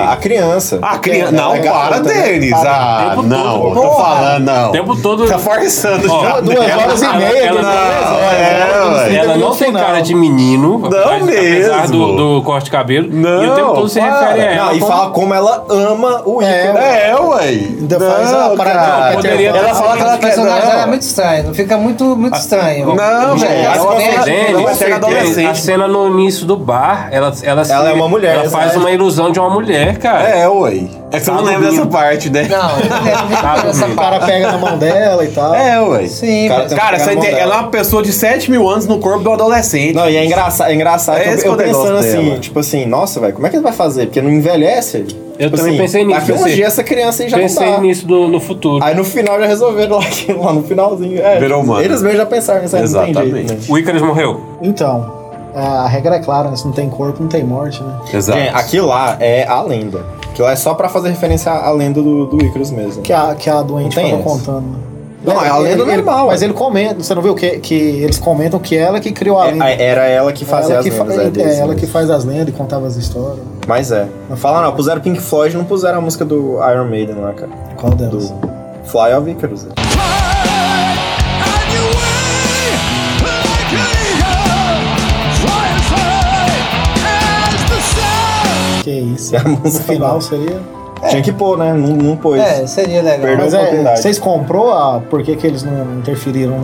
Speaker 2: doente.
Speaker 1: criança.
Speaker 2: A criança. Não,
Speaker 1: é
Speaker 2: para,
Speaker 1: garota, né?
Speaker 2: Denis.
Speaker 7: o
Speaker 2: Ah,
Speaker 7: tempo
Speaker 2: não.
Speaker 7: todo,
Speaker 2: Tô
Speaker 3: porra.
Speaker 2: falando, não.
Speaker 7: O tempo todo.
Speaker 2: Tá forçando
Speaker 7: Ó,
Speaker 2: já.
Speaker 4: duas
Speaker 2: né?
Speaker 4: horas e
Speaker 7: ela-
Speaker 4: meia,
Speaker 7: ela-
Speaker 4: duas
Speaker 7: ela-
Speaker 2: horas,
Speaker 4: é,
Speaker 2: ué.
Speaker 7: Ela não
Speaker 4: no
Speaker 7: tem
Speaker 4: final.
Speaker 7: cara de menino, apesar- apesar
Speaker 2: mesmo.
Speaker 7: do, do corte de cabelo.
Speaker 2: Não,
Speaker 7: e o tempo todo se
Speaker 2: para.
Speaker 7: refere
Speaker 4: É,
Speaker 7: a ela.
Speaker 1: É, Não, e
Speaker 7: como-
Speaker 1: fala como ela ama o Ícaro.
Speaker 2: É, ué.
Speaker 4: Ainda faz a parada
Speaker 2: cara.
Speaker 4: de
Speaker 7: poderia-
Speaker 4: Peter Pan.
Speaker 2: Ela fala que ela
Speaker 3: O
Speaker 2: quer.
Speaker 3: personagem dela é
Speaker 2: Não,
Speaker 3: muito estranho, fica muito, muito estranho.
Speaker 2: Não,
Speaker 3: Já
Speaker 2: velho.
Speaker 3: é
Speaker 2: Ela
Speaker 7: Ela
Speaker 2: fala-
Speaker 3: adolescente.
Speaker 2: Ela
Speaker 7: Denis,
Speaker 2: vai ser adolescente.
Speaker 7: A cena no início do bar, ela Ela, se-
Speaker 1: Ela é uma mulher,
Speaker 7: Ela faz
Speaker 1: exato.
Speaker 7: uma ilusão de uma mulher, cara.
Speaker 2: É, ué. É que você não
Speaker 7: Tá
Speaker 2: lembra
Speaker 7: dormindo.
Speaker 2: dessa parte, né?
Speaker 3: Não, eu não
Speaker 1: É.
Speaker 3: lembro nem
Speaker 7: Ah,
Speaker 3: dessa
Speaker 7: meu.
Speaker 4: O cara
Speaker 3: parte.
Speaker 4: pega na mão dela e tal.
Speaker 2: É, ué.
Speaker 3: Sim,
Speaker 1: Cara,
Speaker 3: mas-
Speaker 1: tem-
Speaker 2: Cara, essa
Speaker 1: Pega a mão
Speaker 2: inte-
Speaker 1: dela.
Speaker 2: ela é uma pessoa de 7 mil anos no corpo do adolescente.
Speaker 1: Não, e é engraçado, é engraçado
Speaker 2: É
Speaker 1: que eu-
Speaker 2: esse
Speaker 1: eu,
Speaker 2: que é o
Speaker 1: pensando
Speaker 2: negócio
Speaker 1: assim,
Speaker 2: dela.
Speaker 1: tipo assim, nossa, velho, como é que ele vai fazer? Porque não envelhece.
Speaker 7: Eu
Speaker 1: Tipo
Speaker 7: também
Speaker 1: assim,
Speaker 7: pensei nisso,
Speaker 1: Daqui a uns
Speaker 7: pensei.
Speaker 1: dias essa criança aí já
Speaker 7: Pensei
Speaker 1: não dá.
Speaker 7: nisso do- no futuro.
Speaker 1: Aí no final já resolveram lá, que- lá no finalzinho. É,
Speaker 2: Virou humano.
Speaker 1: Eles mesmos já pensaram nisso aí, não tem jeito,
Speaker 2: Exatamente.
Speaker 1: né?
Speaker 7: O Icarus morreu.
Speaker 4: Então, a regra é clara, né? Se não tem corpo, não tem morte, né?
Speaker 2: Exato.
Speaker 1: Gente, aquilo lá é a lenda. Aquilo lá é só pra fazer referência à lenda do, do Icarus mesmo.
Speaker 4: Que a, que a doente
Speaker 1: Não tem
Speaker 4: tava
Speaker 1: essa.
Speaker 4: contando.
Speaker 1: Não, é a lenda
Speaker 4: ele,
Speaker 1: normal,
Speaker 4: Mas
Speaker 1: é.
Speaker 4: ele comenta, você não viu que, que eles comentam que ela que criou a lenda.
Speaker 1: É- era ela que fazia
Speaker 4: ela
Speaker 1: as
Speaker 4: que fa-
Speaker 1: lendas. é,
Speaker 4: é,
Speaker 1: deles
Speaker 4: ela
Speaker 1: mesmo.
Speaker 4: que faz as lendas e contava as histórias.
Speaker 1: Mas é. Não fala não, puseram Pink Floyd não puseram a música do Iron Maiden lá, cara.
Speaker 4: Qual
Speaker 1: Do
Speaker 4: delas?
Speaker 1: Fly of Icarus.
Speaker 4: Que isso.
Speaker 1: E a
Speaker 4: No
Speaker 1: música
Speaker 4: final
Speaker 1: lá.
Speaker 4: seria.
Speaker 1: Tinha que pôr, né? Não, não pôs.
Speaker 3: É, seria legal.
Speaker 1: Perdão.
Speaker 4: Mas
Speaker 1: a
Speaker 4: é,
Speaker 1: oportunidade.
Speaker 4: vocês comprou a. Por que, que eles não interferiram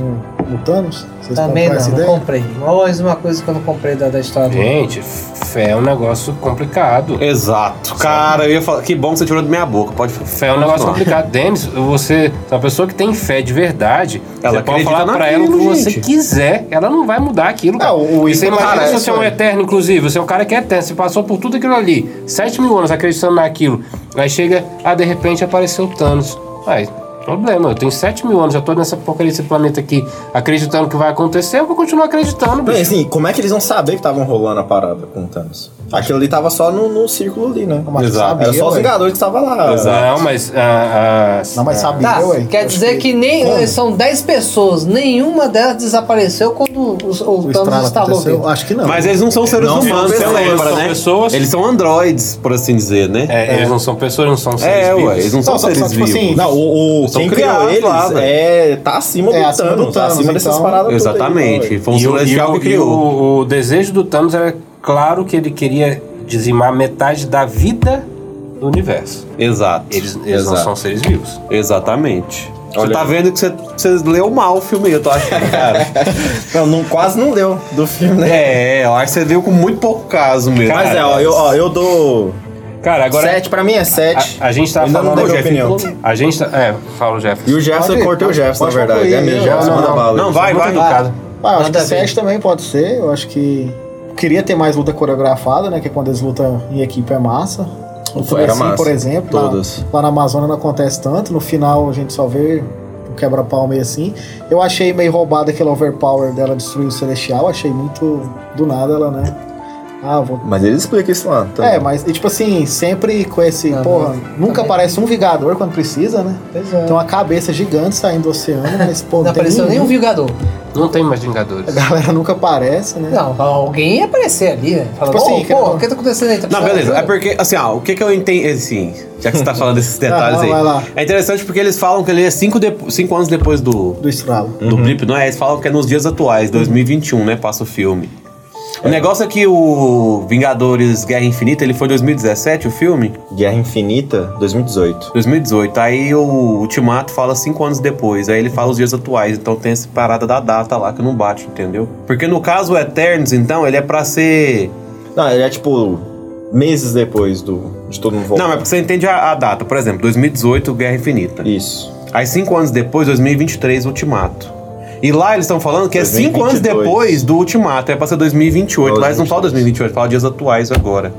Speaker 4: no Thanos? Vocês
Speaker 3: Também
Speaker 4: compraram
Speaker 3: não,
Speaker 4: essa
Speaker 3: não
Speaker 4: ideia?
Speaker 3: comprei. Mas uma coisa que eu não comprei da, da história.
Speaker 7: Gente, fé é um negócio complicado.
Speaker 2: Exato. Cara, eu ia falar. Que bom que você tirou da minha boca. Pode
Speaker 7: Fé é um negócio complicado. Denis, você é uma pessoa que tem fé de verdade.
Speaker 2: Ela
Speaker 7: você pode
Speaker 2: acredita
Speaker 7: falar pra ela o que
Speaker 2: naquilo,
Speaker 7: você
Speaker 2: gente.
Speaker 7: quiser. Ela não vai mudar aquilo, cara.
Speaker 4: Não, o
Speaker 7: E você
Speaker 4: Ícaro
Speaker 7: imagina
Speaker 4: parece,
Speaker 7: se você é um
Speaker 4: olha.
Speaker 7: eterno, inclusive. Você é um cara que é eterno. Você passou por tudo aquilo ali. Sete mil anos acreditando naquilo. Aí chega, ah, de repente apareceu o Thanos. Aí, Problema, eu tenho 7 mil anos, já tô nessa porcaria desse planeta aqui acreditando que vai acontecer, eu vou continuar acreditando,
Speaker 1: Não, e
Speaker 7: bicho.
Speaker 1: assim, como é que eles vão saber que estavam rolando a parada com o Thanos? Aquilo ali tava só no, no círculo ali, né?
Speaker 4: mas
Speaker 2: Exato.
Speaker 4: sabia,
Speaker 1: Era só os
Speaker 4: ué.
Speaker 1: Vingadores que estavam lá.
Speaker 7: Não, mas. ah, ah,
Speaker 4: Não,
Speaker 1: É.
Speaker 4: mas sabia,
Speaker 3: Tá,
Speaker 4: ué.
Speaker 3: quer dizer que nem eh,
Speaker 4: Como?
Speaker 3: são 10 pessoas, nenhuma delas desapareceu quando os- o,
Speaker 4: O
Speaker 3: Thanos
Speaker 4: estralo
Speaker 3: instalou.
Speaker 4: aconteceu?
Speaker 3: dentro.
Speaker 4: Acho que não.
Speaker 2: Mas eles não são seres
Speaker 1: Não são
Speaker 2: humanos, você
Speaker 1: pessoas,
Speaker 2: lembra,
Speaker 7: são
Speaker 2: né?
Speaker 7: pessoas.
Speaker 2: Eles são androides, por assim dizer, né?
Speaker 7: é, eles não são pessoas, não são seres
Speaker 2: É,
Speaker 7: vivos.
Speaker 2: ué, eles não são
Speaker 4: Não, só- só,
Speaker 2: seres
Speaker 4: tipo
Speaker 2: vivos.
Speaker 4: assim,
Speaker 1: Não, o, o-
Speaker 2: São
Speaker 1: quem criou
Speaker 2: criados
Speaker 1: eles
Speaker 2: lá, velho.
Speaker 1: é, tá acima do
Speaker 4: É,
Speaker 1: Thanos,
Speaker 4: acima do
Speaker 1: tá
Speaker 4: Thanos,
Speaker 1: acima dessas
Speaker 4: então.
Speaker 1: paradas tudo aí, né,
Speaker 2: Exatamente,
Speaker 1: velho.
Speaker 2: foi um
Speaker 7: E, o, e,
Speaker 2: celestial
Speaker 7: o,
Speaker 2: que
Speaker 7: e
Speaker 2: criou.
Speaker 7: o, o desejo do Thanos era claro que ele queria dizimar metade da vida do universo.
Speaker 2: Exato.
Speaker 7: Eles, eles não
Speaker 1: Exato.
Speaker 7: são seres vivos.
Speaker 2: Exatamente. Você
Speaker 1: Olha
Speaker 2: tá
Speaker 1: aí.
Speaker 2: vendo que você, você leu mal o filme, eu tô achando, cara.
Speaker 1: Não, não- quase não deu do filme, né?
Speaker 2: é, eu acho que você veio com muito pouco caso mesmo.
Speaker 1: Mas é, ó, eu, ó, eu dou
Speaker 7: Cara, agora.
Speaker 1: 7, pra mim é 7.
Speaker 7: A, a gente tava
Speaker 1: Ainda não
Speaker 7: falando.
Speaker 1: deu minha
Speaker 7: Jeff,
Speaker 1: opinião.
Speaker 7: A gente tá. É, fala o
Speaker 1: E
Speaker 7: Jefferson.
Speaker 1: o Jefferson,
Speaker 4: Pode
Speaker 1: eu
Speaker 4: ir,
Speaker 1: cortei o
Speaker 4: pode-
Speaker 1: Jefferson, na
Speaker 4: pode
Speaker 1: verdade.
Speaker 4: concluir
Speaker 1: é
Speaker 4: aí,
Speaker 1: mesmo,
Speaker 4: ó.
Speaker 1: Jefferson,
Speaker 7: Não, não,
Speaker 1: manda
Speaker 7: não.
Speaker 1: bala.
Speaker 2: Não, vai,
Speaker 7: Muito
Speaker 2: vai.
Speaker 7: educado.
Speaker 4: Ah, eu acho
Speaker 3: Nada
Speaker 4: que
Speaker 3: a ver.
Speaker 4: 7 também pode ser. Eu acho que. Queria ter mais luta coreografada, né? Que é quando eles lutam em equipe é massa. No
Speaker 1: Foi, era
Speaker 4: comecinho,
Speaker 1: massa.
Speaker 4: por exemplo.
Speaker 1: Todas.
Speaker 4: Lá, lá na Amazônia não acontece tanto. No final a gente só vê o quebra-pau meio assim. Eu achei meio roubado aquele overpower dela destruir o Celestial. Achei muito do nada ela, né? Ah, vou.
Speaker 1: Mas ele explica isso lá. tá?
Speaker 4: É, mas, e, tipo assim, sempre com esse.
Speaker 3: Ah,
Speaker 4: porra,
Speaker 3: mas-
Speaker 4: nunca aparece um Vingador quando precisa, né?
Speaker 3: Pois é.
Speaker 4: Tem uma cabeça gigante saindo do oceano, mas, pô,
Speaker 3: Não
Speaker 4: Ah, tem
Speaker 3: apareceu
Speaker 1: um
Speaker 3: nenhum Vingador.
Speaker 7: Não tem mais
Speaker 4: A
Speaker 7: Vingadores.
Speaker 4: galera nunca aparece, né?
Speaker 3: Não, alguém ia aparecer ali, né? Falando,
Speaker 4: Tipo assim,
Speaker 3: "Ô,
Speaker 4: que
Speaker 3: pô,
Speaker 4: não-
Speaker 3: o que tá acontecendo aí? Tá
Speaker 2: Não,
Speaker 3: precisando de
Speaker 2: beleza. É
Speaker 3: ajuda?"
Speaker 2: porque, assim, ó, o que que eu entendi, assim, já que você tá falando desses detalhes
Speaker 4: vai lá.
Speaker 2: aí. É interessante porque eles falam que ele é cinco, depo- cinco anos depois do,
Speaker 4: Do estralo.
Speaker 1: Uhum.
Speaker 2: do blip, não é? Eles falam que é nos dias atuais, 2021, né? Passa o filme. O negócio é que o Vingadores Guerra Infinita, ele foi 2017, o filme?
Speaker 1: Guerra Infinita, 2018.
Speaker 2: 2018. Aí o Ultimato fala cinco anos depois. Aí ele fala os dias atuais. Então tem essa parada da data lá que não bate, entendeu? Porque no caso o Eternos, então, ele é pra ser.
Speaker 1: Não, ele é tipo meses depois do, de todo mundo voltar.
Speaker 2: Não, é porque você entende a, a data. Por exemplo, 2018, Guerra Infinita.
Speaker 1: Isso.
Speaker 2: Aí cinco anos depois, 2023, Ultimato. E lá eles estão falando que é cinco anos
Speaker 1: 2022.
Speaker 2: depois do Ultimato. É pra ser 2028. Lá eles não falam 2028, fala dias atuais agora.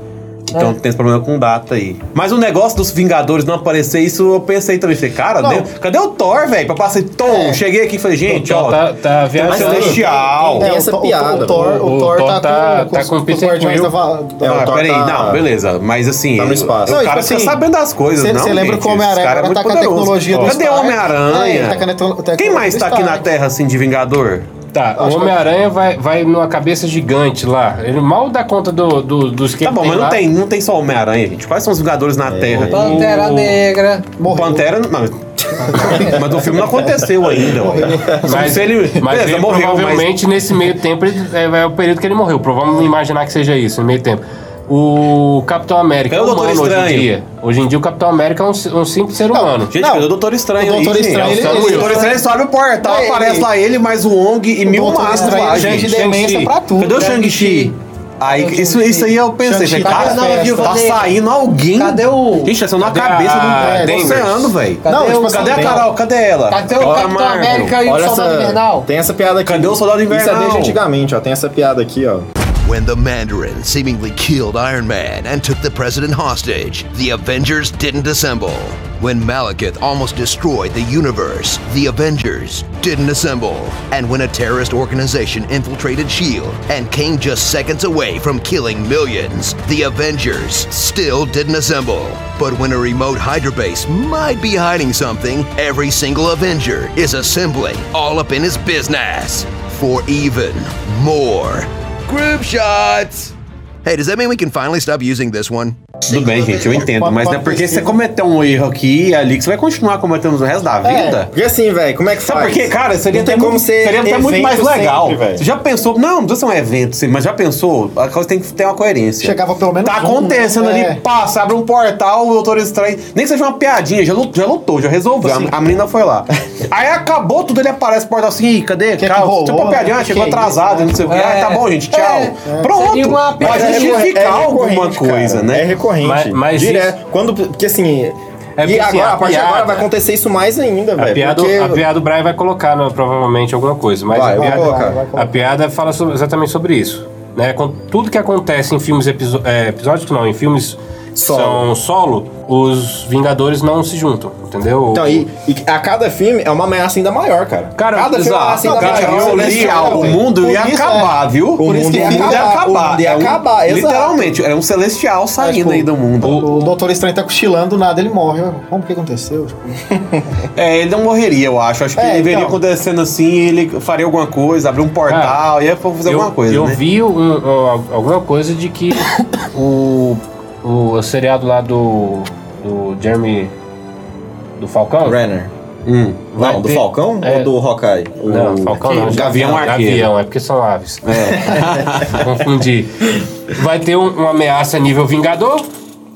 Speaker 4: É.
Speaker 2: Então tem esse problema com data aí. Mas o negócio dos Vingadores não aparecer, isso eu pensei também. Falei, cara,
Speaker 4: Não. É.
Speaker 2: deu- cadê o Thor, velho? Pra passar esse tom. Cheguei aqui e falei, gente,
Speaker 7: Então
Speaker 2: ó.
Speaker 7: tá, tá
Speaker 1: Mas
Speaker 7: viajando.
Speaker 1: tem-
Speaker 2: celestial.
Speaker 1: tem
Speaker 4: É, o
Speaker 1: É, essa
Speaker 4: Thor-
Speaker 1: piada,
Speaker 4: O Thor,
Speaker 7: o
Speaker 4: o Thor
Speaker 7: Thor
Speaker 4: tá,
Speaker 7: tá-
Speaker 4: com,
Speaker 7: tá
Speaker 4: com,
Speaker 7: com
Speaker 4: os-
Speaker 7: o
Speaker 4: com os
Speaker 7: Peter
Speaker 4: guardiões da,
Speaker 7: Quill.
Speaker 4: va- da-
Speaker 1: É, o
Speaker 2: Ah,
Speaker 1: Thor
Speaker 2: peraí,
Speaker 1: tá-
Speaker 2: não, beleza. Mas assim.
Speaker 1: tá no espaço.
Speaker 2: O
Speaker 1: Não,
Speaker 4: e,
Speaker 2: cara
Speaker 4: tipo
Speaker 2: tá
Speaker 4: assim,
Speaker 2: sabendo das coisas,
Speaker 4: Cê-
Speaker 2: não?
Speaker 4: cê lembra
Speaker 2: gente?
Speaker 4: que o Homem-Aranha
Speaker 2: Esse cara é
Speaker 4: agora
Speaker 2: muito
Speaker 4: tá com a
Speaker 2: poderoso.
Speaker 4: tecnologia do
Speaker 2: Cadê o
Speaker 4: Stark? É,
Speaker 2: Homem-Aranha?
Speaker 4: ele tá com a neto- tecnologia
Speaker 2: Quem
Speaker 4: do
Speaker 2: mais tá aqui na
Speaker 4: Stark.
Speaker 2: Terra, assim, de Vingador?
Speaker 7: Tá, o Homem-Aranha vai, vai numa cabeça gigante lá. Ele mal dá conta do, do, dos que
Speaker 2: Tá bom,
Speaker 7: tem
Speaker 2: mas não
Speaker 7: lá.
Speaker 2: tem, não tem só Homem-Aranha, gente. Quais são os Vingadores na Terra?
Speaker 3: Pantera
Speaker 7: O-
Speaker 3: Negra.
Speaker 2: O
Speaker 4: morreu.
Speaker 2: Pantera. Não. mas o filme não aconteceu ainda, ué.
Speaker 7: Mas,
Speaker 2: Mas É ele.
Speaker 7: mas
Speaker 2: beleza,
Speaker 7: ele
Speaker 2: morreu, mas.
Speaker 7: provavelmente nesse meio tempo ele, é, é o período que ele morreu. Pro- Vamos imaginar que seja isso, no meio tempo. O Capitão América
Speaker 2: É
Speaker 7: é
Speaker 2: o
Speaker 7: humano
Speaker 2: Doutor
Speaker 7: hoje em
Speaker 2: Estranho. tipo,
Speaker 7: dia. Hoje em dia o Capitão América é um, si- um simples ser humano.
Speaker 2: Gente,
Speaker 4: Não.
Speaker 2: cadê o Doutor Estranho
Speaker 4: O
Speaker 2: aí,
Speaker 4: Doutor
Speaker 2: gente?
Speaker 4: Estranho,
Speaker 2: É
Speaker 4: ele-
Speaker 2: Samuel.
Speaker 4: ele-
Speaker 2: O Doutor Estranho ele só abre o portal,
Speaker 4: Ele-
Speaker 2: aparece lá ele, mais o Ong e mil
Speaker 4: Doutor
Speaker 2: mastros
Speaker 4: Estranho,
Speaker 2: lá,
Speaker 4: um gente,
Speaker 2: gente.
Speaker 4: demência pra tudo.
Speaker 2: Cadê o Shang-Chi? né? Aí,
Speaker 3: Cadê o
Speaker 2: isso,
Speaker 3: Shang-Chi?
Speaker 2: isso aí eu pensei,
Speaker 4: Shang-Chi
Speaker 2: falei,
Speaker 4: tá
Speaker 2: cara,
Speaker 4: na
Speaker 3: festa.
Speaker 2: tá saindo alguém.
Speaker 3: Cadê o-
Speaker 2: Gente, tá saindo a
Speaker 7: Cadê
Speaker 2: cabeça
Speaker 7: a
Speaker 2: do, do
Speaker 7: Danvers?
Speaker 2: oceano, velho.
Speaker 3: Cadê
Speaker 4: Não,
Speaker 3: o-
Speaker 4: tipo assim,
Speaker 2: Cadê a
Speaker 4: tem-
Speaker 2: Carol? Cadê ela?
Speaker 3: Cadê o
Speaker 2: Ela
Speaker 3: Capitão
Speaker 2: Marvel.
Speaker 3: América e o
Speaker 1: Olha
Speaker 3: Soldado
Speaker 1: essa.
Speaker 3: Invernal?
Speaker 1: Tem essa piada aqui.
Speaker 2: Cadê o Soldado
Speaker 1: Isso é
Speaker 2: Invernal?
Speaker 1: desde antigamente, ó. Tem essa piada aqui, ó.
Speaker 5: When the Mandarin seemingly killed Iron Man and took the president hostage, the Avengers didn't assemble. When Malekith almost destroyed the universe, the Avengers didn't assemble. And when a terrorist organization infiltrated S.H.I.E.L.D. E and came just seconds away from killing millions, the Avengers still didn't assemble. But when a remote Hydra base might be hiding something, every single Avenger is assembling all up in his business for even more Group shots! Hey, does that mean we can finally stop using this one?
Speaker 2: Tudo bem, gente, eu entendo, mas não é porque você cometeu um erro aqui e ali que você vai continuar cometendo o resto da vida.
Speaker 1: Porque assim, velho, como é que
Speaker 2: Sabe
Speaker 1: faz?
Speaker 2: por quê? Cara, seria
Speaker 1: Não tem
Speaker 2: até,
Speaker 1: como
Speaker 2: muito,
Speaker 1: ser
Speaker 2: seria até muito
Speaker 1: evento
Speaker 2: mais legal.
Speaker 1: sempre, velho.
Speaker 2: você já pensou? Não, não precisa ser um evento, sim, mas já pensou? A coisa tem que ter uma coerência.
Speaker 4: Chegava pelo menos
Speaker 2: Tá
Speaker 4: um,
Speaker 2: acontecendo
Speaker 4: né? É.
Speaker 2: ali, passa, abre um portal, o doutor estranho. Nem que seja uma piadinha, já lutou, já, lutou, já resolveu. a- a menina foi lá. Aí acabou tudo, ele aparece no portal assim, "Ih, cadê?
Speaker 4: que
Speaker 2: Calma,
Speaker 4: rolou,
Speaker 2: tipo uma
Speaker 4: né?
Speaker 2: piadinha,
Speaker 4: Que
Speaker 2: chegou
Speaker 4: que é
Speaker 2: atrasado, não sei o quê.
Speaker 3: É.
Speaker 2: Ah, tá bom, gente, tchau.
Speaker 3: É. Seria
Speaker 2: Pronto.
Speaker 3: uma
Speaker 2: Mas
Speaker 3: piada-
Speaker 1: É
Speaker 2: justificar
Speaker 1: recorrente,
Speaker 2: alguma
Speaker 1: cara.
Speaker 2: coisa, né?
Speaker 1: É recorrente.
Speaker 7: Mas- mas
Speaker 1: Direto.
Speaker 7: isso-
Speaker 1: Quando, porque assim.
Speaker 7: É porque,
Speaker 1: e
Speaker 7: assim,
Speaker 1: agora,
Speaker 7: a
Speaker 1: a partir de agora,
Speaker 7: piada-
Speaker 1: vai acontecer isso mais ainda,
Speaker 7: A
Speaker 1: velho.
Speaker 7: piada,
Speaker 1: é porque...
Speaker 7: a piada do Brian vai colocar né, provavelmente alguma coisa, mas
Speaker 1: Vai,
Speaker 7: a,
Speaker 1: eu vou
Speaker 7: piada,
Speaker 1: colocar.
Speaker 4: Vai colocar.
Speaker 7: a piada fala sobre- exatamente sobre isso. Né? Com tudo que acontece em filmes episo- é, episódicos, não, em filmes
Speaker 1: Solo.
Speaker 7: são solo, os Vingadores não se juntam, entendeu?
Speaker 1: Então, e, e a cada filme é uma ameaça ainda maior, cara.
Speaker 7: Cara,
Speaker 1: cada filme é uma ameaça
Speaker 2: exato.
Speaker 1: ainda
Speaker 2: Cara,
Speaker 1: maior.
Speaker 2: eu li,
Speaker 1: Celestial,
Speaker 2: ó, o
Speaker 1: velho.
Speaker 2: mundo ia
Speaker 1: Por isso,
Speaker 2: acabar,
Speaker 1: é.
Speaker 2: viu?
Speaker 1: O
Speaker 2: Por isso
Speaker 1: mundo
Speaker 2: que
Speaker 1: ia
Speaker 2: o mundo ia
Speaker 1: acabar,
Speaker 2: acabar.
Speaker 1: o mundo ia
Speaker 2: É um-
Speaker 1: acabar, exato.
Speaker 2: Literalmente, era um celestial saindo
Speaker 4: tipo,
Speaker 2: aí do mundo.
Speaker 4: O Doutor Estranho tá cochilando, do nada ele morre. Como que aconteceu?
Speaker 2: É, ele não morreria, eu acho. Acho que
Speaker 4: É,
Speaker 2: ele veria
Speaker 4: então.
Speaker 2: acontecendo assim, ele faria alguma coisa, abrir um portal, ia fazer
Speaker 7: eu,
Speaker 2: alguma coisa,
Speaker 7: eu
Speaker 2: né?
Speaker 7: vi um- um- alguma coisa de que o, o seriado lá do, do Jeremy do Falcão.
Speaker 1: Renner.
Speaker 2: Hum.
Speaker 7: Vai
Speaker 1: Não, do
Speaker 7: ter-
Speaker 1: Falcão
Speaker 7: é.
Speaker 1: ou do Hawkeye?
Speaker 7: Não,
Speaker 1: O-
Speaker 7: Falcão não.
Speaker 2: Gavião Arqueiro.
Speaker 7: Gavião, é porque são aves.
Speaker 1: É.
Speaker 7: Confundi. Vai ter um- uma ameaça nível Vingador.